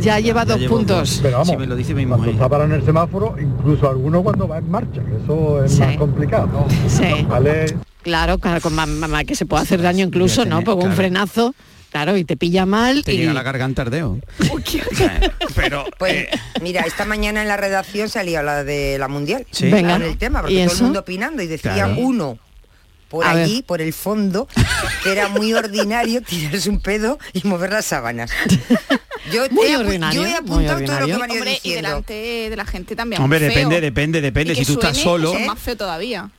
[SPEAKER 5] Ya lleva dos
[SPEAKER 8] llevo
[SPEAKER 5] puntos.
[SPEAKER 13] Pero vamos,
[SPEAKER 8] Si me lo dice mi
[SPEAKER 13] cuando
[SPEAKER 8] mujer.
[SPEAKER 13] está parado en el semáforo, incluso alguno cuando va en marcha, que eso es
[SPEAKER 5] Sí.
[SPEAKER 13] más complicado.
[SPEAKER 5] Sí.
[SPEAKER 13] ¿Vale?
[SPEAKER 5] Claro, claro, con mamá que se puede hacer daño incluso,
[SPEAKER 8] Ya
[SPEAKER 5] ¿no?
[SPEAKER 8] tiene-
[SPEAKER 5] Porque un
[SPEAKER 8] claro.
[SPEAKER 5] frenazo, claro, y te pilla mal
[SPEAKER 8] Te
[SPEAKER 5] y
[SPEAKER 8] llega la garganta ardeo. Pero
[SPEAKER 7] Pues
[SPEAKER 5] eh,
[SPEAKER 7] mira, esta mañana en la redacción salía la de la mundial.
[SPEAKER 8] Sí.
[SPEAKER 5] Venga.
[SPEAKER 7] Con el tema, porque
[SPEAKER 5] ¿Y
[SPEAKER 7] todo
[SPEAKER 5] eso?
[SPEAKER 7] el mundo opinando y decía
[SPEAKER 8] Claro.
[SPEAKER 7] uno por
[SPEAKER 5] A ver.
[SPEAKER 7] allí, por el fondo, que era muy ordinario tirarse un pedo y mover las sábanas. Yo,
[SPEAKER 5] Muy
[SPEAKER 7] he, apu-
[SPEAKER 5] ordinario,
[SPEAKER 7] yo he
[SPEAKER 5] muy
[SPEAKER 7] apuntado todo lo que
[SPEAKER 5] ordinario.
[SPEAKER 7] me han ido
[SPEAKER 9] Hombre, y
[SPEAKER 7] diciendo.
[SPEAKER 9] delante de la gente también.
[SPEAKER 8] Hombre,
[SPEAKER 9] feo.
[SPEAKER 8] depende, depende, depende.
[SPEAKER 9] Y que
[SPEAKER 8] Si tú estás
[SPEAKER 9] suene,
[SPEAKER 8] solo-
[SPEAKER 9] eso es más feo todavía.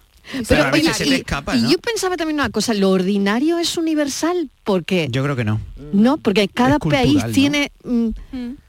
[SPEAKER 8] Pero
[SPEAKER 9] Y
[SPEAKER 8] a
[SPEAKER 9] suena
[SPEAKER 8] veces se te
[SPEAKER 9] ordinario.
[SPEAKER 8] escapa,
[SPEAKER 5] y
[SPEAKER 8] ¿no?
[SPEAKER 5] yo pensaba también una cosa, lo ordinario es universal, porque
[SPEAKER 8] Yo creo que no.
[SPEAKER 5] no, porque cada
[SPEAKER 8] Es cultural,
[SPEAKER 5] país
[SPEAKER 8] ¿no?
[SPEAKER 5] tiene mm,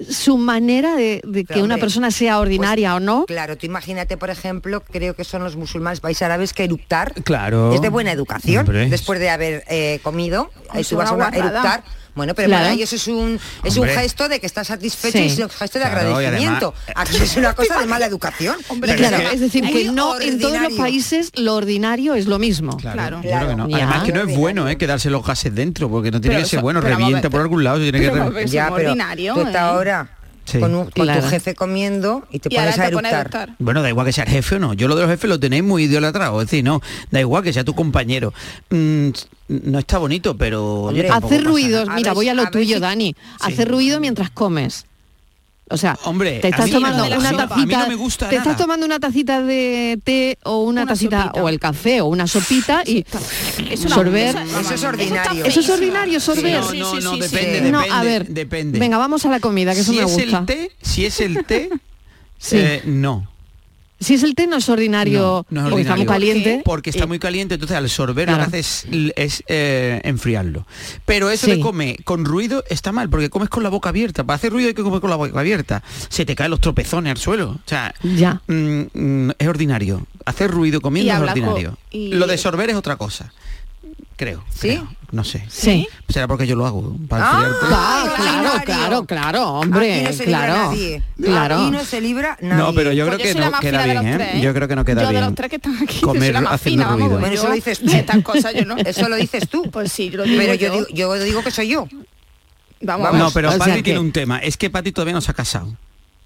[SPEAKER 5] su manera de, de que
[SPEAKER 7] Pero,
[SPEAKER 5] una
[SPEAKER 7] hombre, pues,
[SPEAKER 5] persona sea ordinaria o no.
[SPEAKER 7] Claro, tú imagínate, por ejemplo, creo que son los musulmanes países árabes que eructar
[SPEAKER 8] Claro.
[SPEAKER 7] es de buena educación.
[SPEAKER 8] Hombre.
[SPEAKER 7] después de haber eh, comido, eh,
[SPEAKER 9] Es
[SPEAKER 7] tú vas a
[SPEAKER 9] una
[SPEAKER 7] una-
[SPEAKER 9] guarrada.
[SPEAKER 7] eructar. Bueno, pero
[SPEAKER 5] Claro.
[SPEAKER 7] para ellos es un es un
[SPEAKER 8] Hombre.
[SPEAKER 7] gesto de que están satisfechos
[SPEAKER 5] Sí.
[SPEAKER 7] y es un gesto de
[SPEAKER 8] Claro, y
[SPEAKER 7] agradecimiento.
[SPEAKER 8] además- eh,
[SPEAKER 7] Aquí es una cosa de mala educación.
[SPEAKER 9] Hombre,
[SPEAKER 7] Y
[SPEAKER 5] Claro,
[SPEAKER 7] se llama
[SPEAKER 5] es decir, que
[SPEAKER 7] muy
[SPEAKER 5] no en todos los
[SPEAKER 7] ordinario.
[SPEAKER 5] países lo ordinario es lo mismo.
[SPEAKER 9] Claro.
[SPEAKER 8] Yo creo que no.
[SPEAKER 5] Ya.
[SPEAKER 8] Además que no es
[SPEAKER 7] Ordinario.
[SPEAKER 8] bueno, eh, quedarse los gases dentro, porque no tiene
[SPEAKER 9] Pero
[SPEAKER 8] que ser
[SPEAKER 9] eso-
[SPEAKER 8] bueno,
[SPEAKER 9] pero vamos a
[SPEAKER 8] revienta
[SPEAKER 9] ver,
[SPEAKER 8] por algún lado, se tiene que
[SPEAKER 9] pero
[SPEAKER 8] re-
[SPEAKER 9] vamos a ver. Es
[SPEAKER 7] Ya,
[SPEAKER 9] muy
[SPEAKER 7] pero
[SPEAKER 9] ordinario,
[SPEAKER 7] tú estás
[SPEAKER 9] ¿eh?
[SPEAKER 7] ahora
[SPEAKER 8] Sí.
[SPEAKER 7] con, un- con
[SPEAKER 5] Claro.
[SPEAKER 7] tu jefe comiendo y te
[SPEAKER 9] Y
[SPEAKER 7] pones
[SPEAKER 9] ahora
[SPEAKER 7] a
[SPEAKER 9] te pones a
[SPEAKER 7] eructar.
[SPEAKER 9] adoptar.
[SPEAKER 8] Bueno, da igual que seas jefe o no. Yo lo de los jefes lo tenéis muy idolatrado. Es decir, no, da igual que sea tu compañero. Mm, no está bonito, pero... oye,
[SPEAKER 7] Hombre,
[SPEAKER 8] tampoco
[SPEAKER 5] Hacer
[SPEAKER 8] pasa
[SPEAKER 5] ruidos,
[SPEAKER 7] nada. A
[SPEAKER 5] mira,
[SPEAKER 7] ver
[SPEAKER 5] voy
[SPEAKER 7] si-
[SPEAKER 5] a lo
[SPEAKER 7] a ver
[SPEAKER 5] tuyo,
[SPEAKER 7] si-
[SPEAKER 5] Dani. Hacer ruido mientras comes. O sea,
[SPEAKER 8] Hombre,
[SPEAKER 5] te
[SPEAKER 8] a
[SPEAKER 5] estás
[SPEAKER 8] mí
[SPEAKER 5] tomando
[SPEAKER 9] no me la
[SPEAKER 5] una
[SPEAKER 9] sopa, a
[SPEAKER 8] mí no
[SPEAKER 5] tacita,
[SPEAKER 8] me gusta
[SPEAKER 5] te estás
[SPEAKER 8] nada.
[SPEAKER 5] tomando una tacita de té o una,
[SPEAKER 9] Una
[SPEAKER 5] tacita
[SPEAKER 9] sopita.
[SPEAKER 5] o el café o una sopita y
[SPEAKER 9] Es una-
[SPEAKER 5] sorber.
[SPEAKER 7] Eso es ordinario.
[SPEAKER 5] Eso es ordinario, sorber.
[SPEAKER 8] nada. No, no,
[SPEAKER 9] Sí,
[SPEAKER 8] no,
[SPEAKER 9] sí, sí,
[SPEAKER 8] depende,
[SPEAKER 7] sí.
[SPEAKER 5] No,
[SPEAKER 8] depende,
[SPEAKER 5] a ver,
[SPEAKER 8] depende.
[SPEAKER 5] Venga, vamos a la comida, que eso
[SPEAKER 8] si
[SPEAKER 5] me
[SPEAKER 8] es
[SPEAKER 5] gusta.
[SPEAKER 8] el té, si es el té,
[SPEAKER 5] Sí.
[SPEAKER 8] eh, no.
[SPEAKER 5] Si es el té no es ordinario,
[SPEAKER 8] No, no es
[SPEAKER 5] porque está
[SPEAKER 8] ordinario.
[SPEAKER 5] muy caliente.
[SPEAKER 8] Porque está
[SPEAKER 5] Y-
[SPEAKER 8] muy caliente, entonces al sorber
[SPEAKER 5] Claro.
[SPEAKER 8] lo que haces es, es, eh, enfriarlo. Pero eso
[SPEAKER 5] Sí.
[SPEAKER 8] de comer con ruido está mal, porque comes con la boca abierta. Para hacer ruido hay que comer con la boca abierta. Se te caen los tropezones al suelo. O sea,
[SPEAKER 5] Ya.
[SPEAKER 8] mm, mm, es ordinario. Hacer ruido
[SPEAKER 9] Y
[SPEAKER 8] comiendo es
[SPEAKER 9] hablar con-
[SPEAKER 8] ordinario.
[SPEAKER 9] y-
[SPEAKER 8] Lo de sorber es otra cosa. creo.
[SPEAKER 7] ¿Sí?
[SPEAKER 8] creo, no sé.
[SPEAKER 5] Sí.
[SPEAKER 8] Será porque yo lo hago. Para
[SPEAKER 7] Ah,
[SPEAKER 8] enfriarte.
[SPEAKER 5] Claro, claro, claro, claro, hombre,
[SPEAKER 7] Aquí no se libra
[SPEAKER 5] claro.
[SPEAKER 7] nadie.
[SPEAKER 5] Claro.
[SPEAKER 7] Aquí no se libra nadie.
[SPEAKER 8] No, pero yo creo que no queda bien, ¿eh? Yo creo que no queda
[SPEAKER 9] yo de
[SPEAKER 8] bien.
[SPEAKER 9] los tres que están aquí,
[SPEAKER 8] Comer
[SPEAKER 9] yo soy la más
[SPEAKER 8] haciendo
[SPEAKER 9] fina, vamos.
[SPEAKER 8] ruido.
[SPEAKER 9] yo-
[SPEAKER 7] Bueno, eso lo dices tú.
[SPEAKER 9] Estas cosas yo no.
[SPEAKER 7] Eso lo dices tú.
[SPEAKER 9] Pues sí, yo lo digo
[SPEAKER 7] Pero yo
[SPEAKER 9] yo.
[SPEAKER 7] digo, yo digo que soy yo.
[SPEAKER 9] Vamos,
[SPEAKER 8] No, pero
[SPEAKER 7] O sea
[SPEAKER 8] Patty
[SPEAKER 7] que-
[SPEAKER 8] tiene un tema. Es que Patty todavía no se ha casado.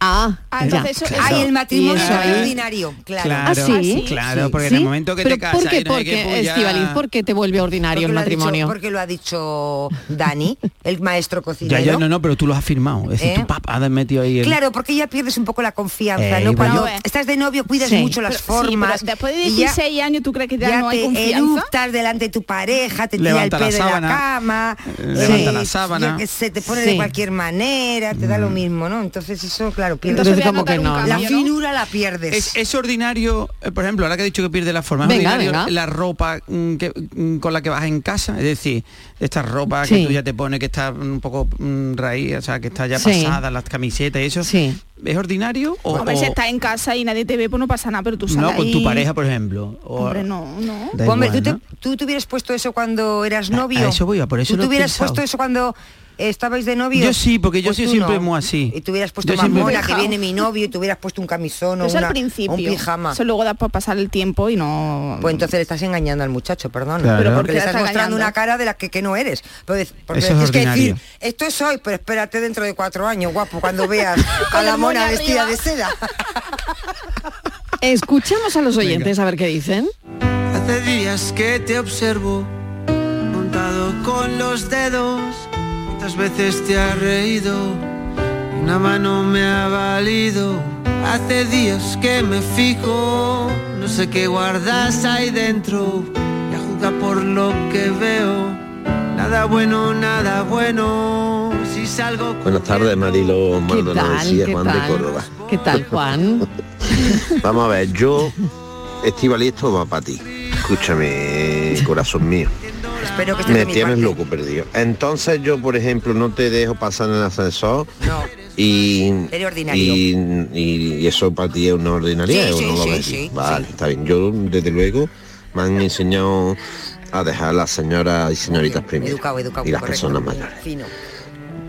[SPEAKER 5] Ah,
[SPEAKER 7] Ah,
[SPEAKER 8] ya.
[SPEAKER 7] entonces eso-
[SPEAKER 8] Claro.
[SPEAKER 7] Ay, el matrimonio
[SPEAKER 8] Y eso ahí-
[SPEAKER 7] es ordinario, claro.
[SPEAKER 8] Claro,
[SPEAKER 5] Ah, sí.
[SPEAKER 8] claro, porque
[SPEAKER 5] ¿Sí?
[SPEAKER 8] en el momento que
[SPEAKER 5] ¿Pero
[SPEAKER 8] te casas
[SPEAKER 5] ¿Por
[SPEAKER 8] y
[SPEAKER 5] qué,
[SPEAKER 8] no hay
[SPEAKER 5] porque,
[SPEAKER 8] que pullar-
[SPEAKER 5] Estivaliz, por qué te vuelve ordinario el
[SPEAKER 7] Lo ha dicho-
[SPEAKER 5] matrimonio?
[SPEAKER 7] porque lo ha dicho Dani, el maestro
[SPEAKER 8] Ya,
[SPEAKER 7] cocinero.
[SPEAKER 8] ya, no, no, pero tú lo has firmado. Es
[SPEAKER 7] ¿Eh?
[SPEAKER 8] decir, tú pap, has metido ahí el...
[SPEAKER 7] Claro, porque ya pierdes un poco la confianza,
[SPEAKER 8] Eh,
[SPEAKER 7] ¿no?
[SPEAKER 8] iba
[SPEAKER 7] Cuando
[SPEAKER 8] yo.
[SPEAKER 7] estás de novio cuidas
[SPEAKER 8] Sí.
[SPEAKER 7] mucho las
[SPEAKER 9] Pero- sí, pero
[SPEAKER 7] formas.
[SPEAKER 9] después de
[SPEAKER 7] y ya-
[SPEAKER 9] 16 años, ¿tú crees que ya no hay
[SPEAKER 7] te
[SPEAKER 9] confianza?
[SPEAKER 7] eructas delante de tu pareja, te
[SPEAKER 8] Levanta
[SPEAKER 7] tira
[SPEAKER 8] la
[SPEAKER 7] el pedo de la
[SPEAKER 8] sábana,
[SPEAKER 7] cama,
[SPEAKER 8] eh, levanta la
[SPEAKER 7] yo
[SPEAKER 8] sábana.
[SPEAKER 7] que se te pone
[SPEAKER 8] Sí.
[SPEAKER 7] de cualquier manera, te da lo mismo, ¿no? Entonces eso, claro, pierdes
[SPEAKER 8] Entonces voy a Como que anotar un no,
[SPEAKER 7] la
[SPEAKER 8] cambio, ¿no?
[SPEAKER 7] finura la pierdes.
[SPEAKER 8] Es, es ordinario, eh, por ejemplo, ahora que he dicho que pierde la forma, es
[SPEAKER 7] Venga,
[SPEAKER 8] ordinario
[SPEAKER 7] venga.
[SPEAKER 8] la ropa mm, que- mm, con la que vas en casa, es decir, esta ropa
[SPEAKER 5] Sí.
[SPEAKER 8] que tú ya te pones que está un poco mm, raíz, o sea, que está ya
[SPEAKER 5] Sí.
[SPEAKER 8] pasada, las camisetas y eso, ¿es ordinario o,
[SPEAKER 9] Hombre,
[SPEAKER 8] o-
[SPEAKER 9] si estás en casa y nadie te ve, pues no pasa nada, pero tú sales
[SPEAKER 8] no con tu
[SPEAKER 9] Oh. ahí-
[SPEAKER 8] pareja, por ejemplo? O-
[SPEAKER 9] Hombre, no, no.
[SPEAKER 8] Da
[SPEAKER 7] Pues Hombre,
[SPEAKER 8] igual,
[SPEAKER 7] tú,
[SPEAKER 8] ¿no?
[SPEAKER 7] te, tú te hubieras puesto eso cuando eras novio.
[SPEAKER 8] a eso voy, a por eso
[SPEAKER 7] Tú
[SPEAKER 8] lo
[SPEAKER 7] te
[SPEAKER 8] he
[SPEAKER 7] hubieras
[SPEAKER 8] pensado.
[SPEAKER 7] puesto eso cuando eh, estabais de novio.
[SPEAKER 8] Yo sí, porque yo
[SPEAKER 7] Pues
[SPEAKER 8] soy
[SPEAKER 7] tú
[SPEAKER 8] siempre
[SPEAKER 7] no.
[SPEAKER 8] muy así.
[SPEAKER 7] Y tú hubieras puesto
[SPEAKER 8] Yo siempre-
[SPEAKER 7] mamona, que viene mi novio, y te hubieras puesto un camisón o,
[SPEAKER 9] Eso
[SPEAKER 7] una-
[SPEAKER 9] al
[SPEAKER 7] o
[SPEAKER 9] principio.
[SPEAKER 7] un pijama.
[SPEAKER 9] Eso luego da por pasar el tiempo y no...
[SPEAKER 7] Pues entonces le estás engañando al muchacho, perdón.
[SPEAKER 9] Claro. Pero ¿por
[SPEAKER 7] Porque
[SPEAKER 9] qué
[SPEAKER 7] le
[SPEAKER 9] la
[SPEAKER 7] estás
[SPEAKER 9] está
[SPEAKER 7] mostrando
[SPEAKER 9] engañando?
[SPEAKER 7] una cara de la que, que no eres. Pero de- Porque
[SPEAKER 8] Eso es
[SPEAKER 7] tienes que
[SPEAKER 8] ordinario.
[SPEAKER 7] decir, esto es hoy, pero espérate dentro de cuatro años, guapo, cuando veas a la mona vestida de seda.
[SPEAKER 5] Escuchamos a los oyentes a ver qué dicen.
[SPEAKER 14] Hace días que te observo, contado con los dedos. Cuántas veces te has reído, una mano me ha valido. Hace días que me fijo, no sé qué guardas ahí dentro. Ya juzga por lo que veo, nada bueno, nada bueno. Si salgo
[SPEAKER 15] Buenas tardes, Marilo
[SPEAKER 5] ¿Qué
[SPEAKER 15] Maldonado,
[SPEAKER 5] tal?
[SPEAKER 15] sí,
[SPEAKER 5] ¿Qué
[SPEAKER 15] Juan de
[SPEAKER 5] tal?
[SPEAKER 15] Córdoba.
[SPEAKER 5] ¿Qué tal, Juan?
[SPEAKER 15] Vamos a ver, yo, Estivali, esto va para ti. Escúchame, corazón mío.
[SPEAKER 7] Espero que estés
[SPEAKER 15] Me
[SPEAKER 7] Este de mi
[SPEAKER 15] tienes
[SPEAKER 7] parte.
[SPEAKER 15] loco perdido. Entonces yo, por ejemplo, no te dejo pasar en el ascensor
[SPEAKER 7] No.
[SPEAKER 15] y,
[SPEAKER 7] Eres ordinario.
[SPEAKER 15] y, y- y eso para ti es una ordinaria
[SPEAKER 7] Sí,
[SPEAKER 15] o
[SPEAKER 7] sí,
[SPEAKER 15] no lo
[SPEAKER 7] sí,
[SPEAKER 15] ves.
[SPEAKER 7] sí,
[SPEAKER 15] vale, está bien. Yo, desde luego, me han enseñado a dejar a las señoras y señoritas primero
[SPEAKER 7] Educado, educado,
[SPEAKER 15] y las
[SPEAKER 7] correcto.
[SPEAKER 15] personas mayores.
[SPEAKER 7] Fino.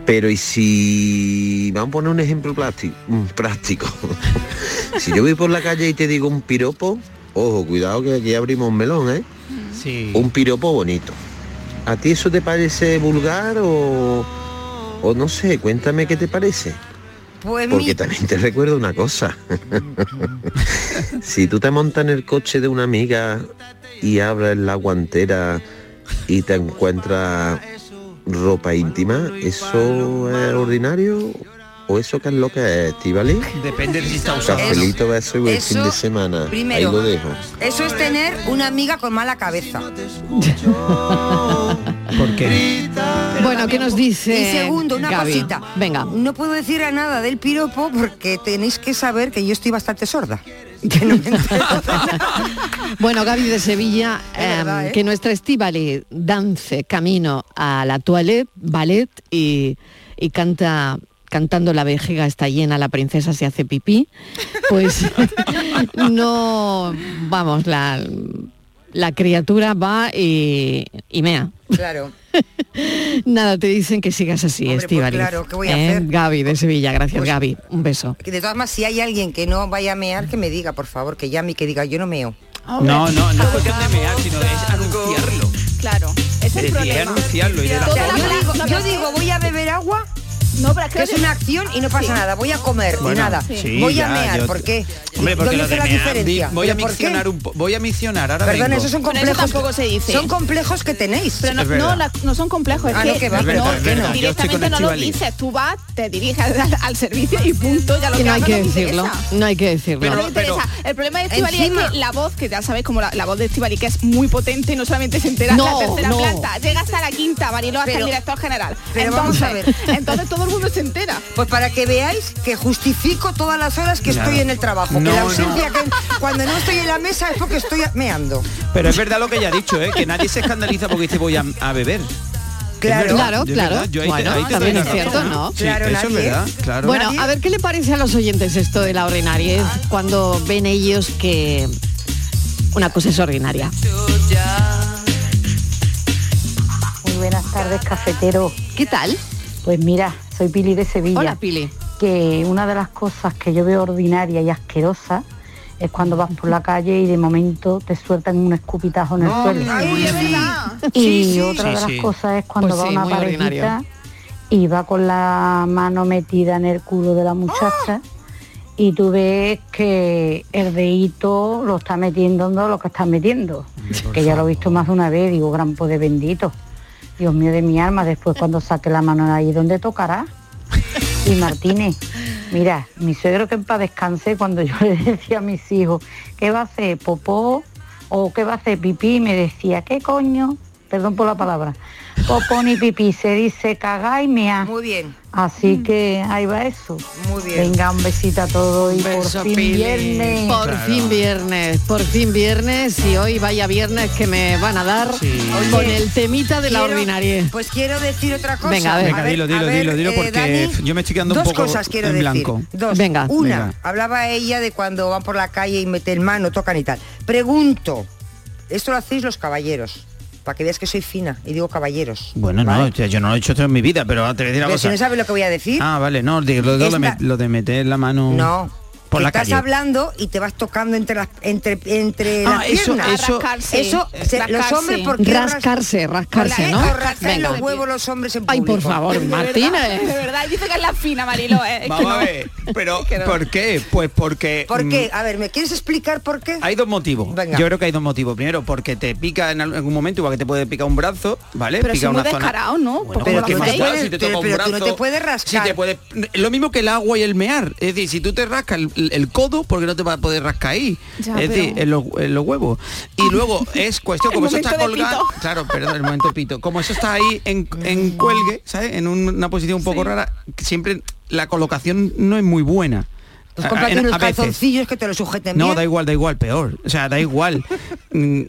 [SPEAKER 15] Pero y si vamos a poner un ejemplo plástico, práctico. si yo voy por la calle y te digo un piropo, ojo, cuidado que aquí abrimos un melón, ¿eh?
[SPEAKER 8] Sí.
[SPEAKER 15] Un piropo bonito. ¿A ti eso te parece vulgar o, o no sé? Cuéntame qué te parece.
[SPEAKER 7] Pues mi-
[SPEAKER 15] Porque también te recuerdo una cosa. si tú te montas en el coche de una amiga y abres la guantera y te encuentras ropa íntima, ¿eso es ordinario? ¿O eso qué es lo que es, Tivali?
[SPEAKER 8] Depende de si está usado. o no.
[SPEAKER 15] Cafelito, beso y buen fin
[SPEAKER 7] eso
[SPEAKER 15] de semana.
[SPEAKER 7] primero.
[SPEAKER 15] Ahí lo dejo.
[SPEAKER 7] Eso es tener una amiga con mala cabeza.
[SPEAKER 8] ¿Por qué?
[SPEAKER 5] Bueno, ¿qué nos dice?
[SPEAKER 7] Y segundo, una
[SPEAKER 5] Gaby?
[SPEAKER 7] cosita.
[SPEAKER 5] Venga.
[SPEAKER 7] No puedo decir a nada del piropo porque tenéis que saber que yo estoy bastante sorda. Que no me entero.
[SPEAKER 5] Bueno, Gaby de Sevilla, eh,
[SPEAKER 7] verdad, ¿eh?
[SPEAKER 5] que nuestra Estivali dance camino a la toilette, ballet y, y canta cantando la vejiga está llena, la princesa se hace pipí, pues no, vamos, la, la criatura va y, y mea.
[SPEAKER 7] claro.
[SPEAKER 5] Nada, te dicen que sigas así,
[SPEAKER 7] Hombre, pues
[SPEAKER 5] Estivali.
[SPEAKER 7] claro, ¿qué voy a hacer? Pues-
[SPEAKER 5] Gaby de Sevilla, gracias Gaby, un beso.
[SPEAKER 7] Que De todas maneras, si hay alguien que no vaya a mear, que me diga, por favor, que llame y que diga, yo no meo.
[SPEAKER 8] No, no, no es cuestión de mear, sino de es anunciarlo.
[SPEAKER 9] Claro, es el
[SPEAKER 8] Es decir, es
[SPEAKER 9] problema.
[SPEAKER 8] anunciarlo y de la
[SPEAKER 7] O sea, yo,
[SPEAKER 8] forma.
[SPEAKER 7] digo, yo digo, voy a beber agua. que es una acción y no pasa nada. Voy a comer y
[SPEAKER 8] Bueno,
[SPEAKER 7] nada.
[SPEAKER 8] sí,
[SPEAKER 7] voy
[SPEAKER 8] ya,
[SPEAKER 7] a mear,
[SPEAKER 8] yo-
[SPEAKER 7] ¿por qué?
[SPEAKER 8] Hombre, porque
[SPEAKER 7] ¿Dónde
[SPEAKER 8] lo
[SPEAKER 7] está
[SPEAKER 8] de
[SPEAKER 7] la
[SPEAKER 8] mear,
[SPEAKER 7] diferencia?
[SPEAKER 8] di- voy a
[SPEAKER 7] ¿Pero por qué?
[SPEAKER 8] misionar un po- voy a misionar ahora
[SPEAKER 7] Perdón,
[SPEAKER 8] vengo.
[SPEAKER 7] esos son
[SPEAKER 9] Pero eso
[SPEAKER 7] complejos.
[SPEAKER 9] tampoco se dice.
[SPEAKER 7] Son complejos que tenéis.
[SPEAKER 9] Pero no,
[SPEAKER 8] Es verdad.
[SPEAKER 9] no, la- no son complejos, es
[SPEAKER 7] Ah,
[SPEAKER 9] que,
[SPEAKER 7] no, que va,
[SPEAKER 9] no,
[SPEAKER 7] perdón,
[SPEAKER 9] que
[SPEAKER 7] que no.
[SPEAKER 9] no,
[SPEAKER 7] Yo estoy con
[SPEAKER 9] directamente no lo
[SPEAKER 8] Estíbaliz.
[SPEAKER 9] dices, tú vas, te diriges al, al servicio y punto, ya lo
[SPEAKER 5] Y no hay
[SPEAKER 9] hagas
[SPEAKER 5] que
[SPEAKER 9] te
[SPEAKER 5] decirlo,
[SPEAKER 9] interesa.
[SPEAKER 5] no hay que decirlo.
[SPEAKER 9] No me interesa. el problema de Estivali es
[SPEAKER 5] Encima-
[SPEAKER 9] que la voz, que ya sabes como la, la voz de Estivali, que es muy potente, no solamente se entera
[SPEAKER 5] No,
[SPEAKER 9] en la tercera
[SPEAKER 5] no.
[SPEAKER 9] planta, llega hasta la quinta, Marilo, hasta el
[SPEAKER 7] Pero-
[SPEAKER 9] director general.
[SPEAKER 7] pero
[SPEAKER 9] entonces,
[SPEAKER 7] vamos a ver.
[SPEAKER 9] Entonces todo el mundo se entera.
[SPEAKER 7] Pues para que veáis que justifico todas las horas que
[SPEAKER 8] Claro.
[SPEAKER 7] estoy en el trabajo.
[SPEAKER 8] No,
[SPEAKER 7] que la
[SPEAKER 8] no.
[SPEAKER 7] ausencia que cuando no estoy en la mesa es porque estoy meando.
[SPEAKER 8] Pero es verdad lo que ella ha dicho, ¿eh? que nadie se escandaliza porque dice voy a, a beber.
[SPEAKER 5] Claro,
[SPEAKER 8] Es verdad,
[SPEAKER 5] claro,
[SPEAKER 8] es
[SPEAKER 5] claro.
[SPEAKER 8] verdad, yo ahí te-
[SPEAKER 5] Bueno,
[SPEAKER 8] ahí te
[SPEAKER 5] también
[SPEAKER 8] doy
[SPEAKER 5] es
[SPEAKER 8] la
[SPEAKER 5] cierto,
[SPEAKER 8] razón.
[SPEAKER 5] ¿no?
[SPEAKER 8] Sí, eso es verdad, claro.
[SPEAKER 5] Bueno, a ver qué le parece a los oyentes esto de la ordinariedad cuando ven ellos que una cosa es ordinaria.
[SPEAKER 2] tuya
[SPEAKER 16] buenas tardes, cafetero.
[SPEAKER 5] ¿Qué tal?
[SPEAKER 16] Pues mira, soy Pili de Sevilla.
[SPEAKER 5] Hola, Pili.
[SPEAKER 16] Que una de las cosas que yo veo ordinaria y asquerosa es cuando vas por la calle y de momento te sueltan un escupitajo en el suelo. Y otra de las cosas es cuando
[SPEAKER 5] Pues
[SPEAKER 16] va
[SPEAKER 5] sí,
[SPEAKER 16] una
[SPEAKER 5] muy
[SPEAKER 16] parejita
[SPEAKER 5] ordinario.
[SPEAKER 16] y va con la mano metida en el culo de la
[SPEAKER 5] ¡Ah!
[SPEAKER 16] muchacha y tú ves que el dedito lo está metiendo en lo que está metiendo. Que ya lo he visto más de una vez, digo, gran poder bendito. Dios mío de mi alma, después cuando saque la mano ahí, ¿dónde tocará? Y Martínez, mira, mi suegro que en paz descanse, cuando yo le decía a mis hijos, ¿qué va a hacer, popó? ¿O qué va a hacer, pipí? Me decía, ¿qué coño? Perdón por la palabra. Popó ni pipí, se dice cagá y mea.
[SPEAKER 7] Muy bien.
[SPEAKER 16] Así que ahí va eso.
[SPEAKER 7] Muy bien.
[SPEAKER 16] Venga, un besito a todos y
[SPEAKER 5] Beso,
[SPEAKER 16] por fin
[SPEAKER 5] Pili.
[SPEAKER 16] viernes.
[SPEAKER 5] Por fin viernes, por fin viernes y hoy vaya viernes que me van a dar con el temita de la
[SPEAKER 7] Quiero-
[SPEAKER 5] ordinaria.
[SPEAKER 7] Pues quiero decir otra cosa. eh,
[SPEAKER 5] Venga, a ver.
[SPEAKER 8] Venga, dilo, dilo, dilo, dilo, porque
[SPEAKER 7] Dani,
[SPEAKER 8] yo me estoy quedando un
[SPEAKER 7] dos
[SPEAKER 8] poco
[SPEAKER 7] cosas quiero
[SPEAKER 8] en
[SPEAKER 7] decir.
[SPEAKER 8] blanco.
[SPEAKER 7] Dos.
[SPEAKER 8] Venga.
[SPEAKER 7] Una,
[SPEAKER 8] Venga.
[SPEAKER 7] hablaba ella de cuando van por la calle y meten mano, tocan y tal. Pregunto, esto lo hacéis los caballeros, para que veas que soy fina y digo caballeros.
[SPEAKER 8] Bueno, no, o sea, yo no lo he hecho esto en mi vida, pero te voy a decir una
[SPEAKER 7] Pero si
[SPEAKER 8] cosa.
[SPEAKER 7] no sabes lo que voy a decir.
[SPEAKER 8] Ah, vale, no, digo, lo, de- lo de
[SPEAKER 7] Esta-
[SPEAKER 8] met- lo de meter la mano
[SPEAKER 7] No.
[SPEAKER 8] por
[SPEAKER 7] que
[SPEAKER 8] la
[SPEAKER 7] estás
[SPEAKER 8] calle.
[SPEAKER 7] hablando y te vas tocando entre las entre entre
[SPEAKER 8] Ah,
[SPEAKER 7] las
[SPEAKER 8] eso-
[SPEAKER 7] piernas.
[SPEAKER 8] eso-
[SPEAKER 5] Rascarse.
[SPEAKER 7] Eso, se- los
[SPEAKER 5] Rascarse.
[SPEAKER 7] hombres porque
[SPEAKER 5] Rascarse, rascarse, ¿no? Venga.
[SPEAKER 7] eh, los huevos los hombres en
[SPEAKER 5] Ay, por
[SPEAKER 7] público.
[SPEAKER 5] favor,
[SPEAKER 7] De verdad.
[SPEAKER 5] Martínez.
[SPEAKER 9] De verdad, dice que es la fina, Marilo. eh, es que
[SPEAKER 8] Vamos a
[SPEAKER 9] no.
[SPEAKER 8] ver, pero
[SPEAKER 9] Es que no.
[SPEAKER 8] ¿por qué? Pues porque...
[SPEAKER 7] ¿Por
[SPEAKER 8] mm, Eh,
[SPEAKER 7] qué? A ver, ¿me quieres explicar por qué?
[SPEAKER 8] Hay dos motivos.
[SPEAKER 7] Venga.
[SPEAKER 8] Yo creo que hay dos motivos. Primero, porque te pica en algún momento, igual que te puede picar un brazo, ¿vale?
[SPEAKER 9] Pero
[SPEAKER 8] pica
[SPEAKER 9] soy muy
[SPEAKER 8] una zona.
[SPEAKER 9] descarado, ¿no?
[SPEAKER 8] Bueno,
[SPEAKER 9] Porque
[SPEAKER 8] pero
[SPEAKER 9] lo
[SPEAKER 8] que
[SPEAKER 9] hacéis.
[SPEAKER 8] más da si te toca un
[SPEAKER 7] pero tú no
[SPEAKER 8] brazo?
[SPEAKER 7] te puedes rascar.
[SPEAKER 8] Si te puedes- lo mismo que el agua y el mear. Es decir, si tú te rascas el, el codo, porque no te vas a poder rascar ahí.
[SPEAKER 17] Ya,
[SPEAKER 8] es
[SPEAKER 17] pero-
[SPEAKER 8] decir, en los, en los huevos. Y luego es cuestión,
[SPEAKER 17] El
[SPEAKER 8] como eso está
[SPEAKER 17] momento de
[SPEAKER 8] colgado. Claro, perdón, el momento pito. Como eso está ahí en, en cuelgue, ¿sabes? En un- una posición un poco rara, siempre la colocación no es muy buena.
[SPEAKER 7] Pues
[SPEAKER 8] A-
[SPEAKER 7] cómprate
[SPEAKER 8] en-
[SPEAKER 7] unos
[SPEAKER 8] eh, a veces.
[SPEAKER 7] calzoncillos que te lo sujeten
[SPEAKER 8] No,
[SPEAKER 7] bien.
[SPEAKER 8] da igual, da igual, peor. O sea, da igual. Mm,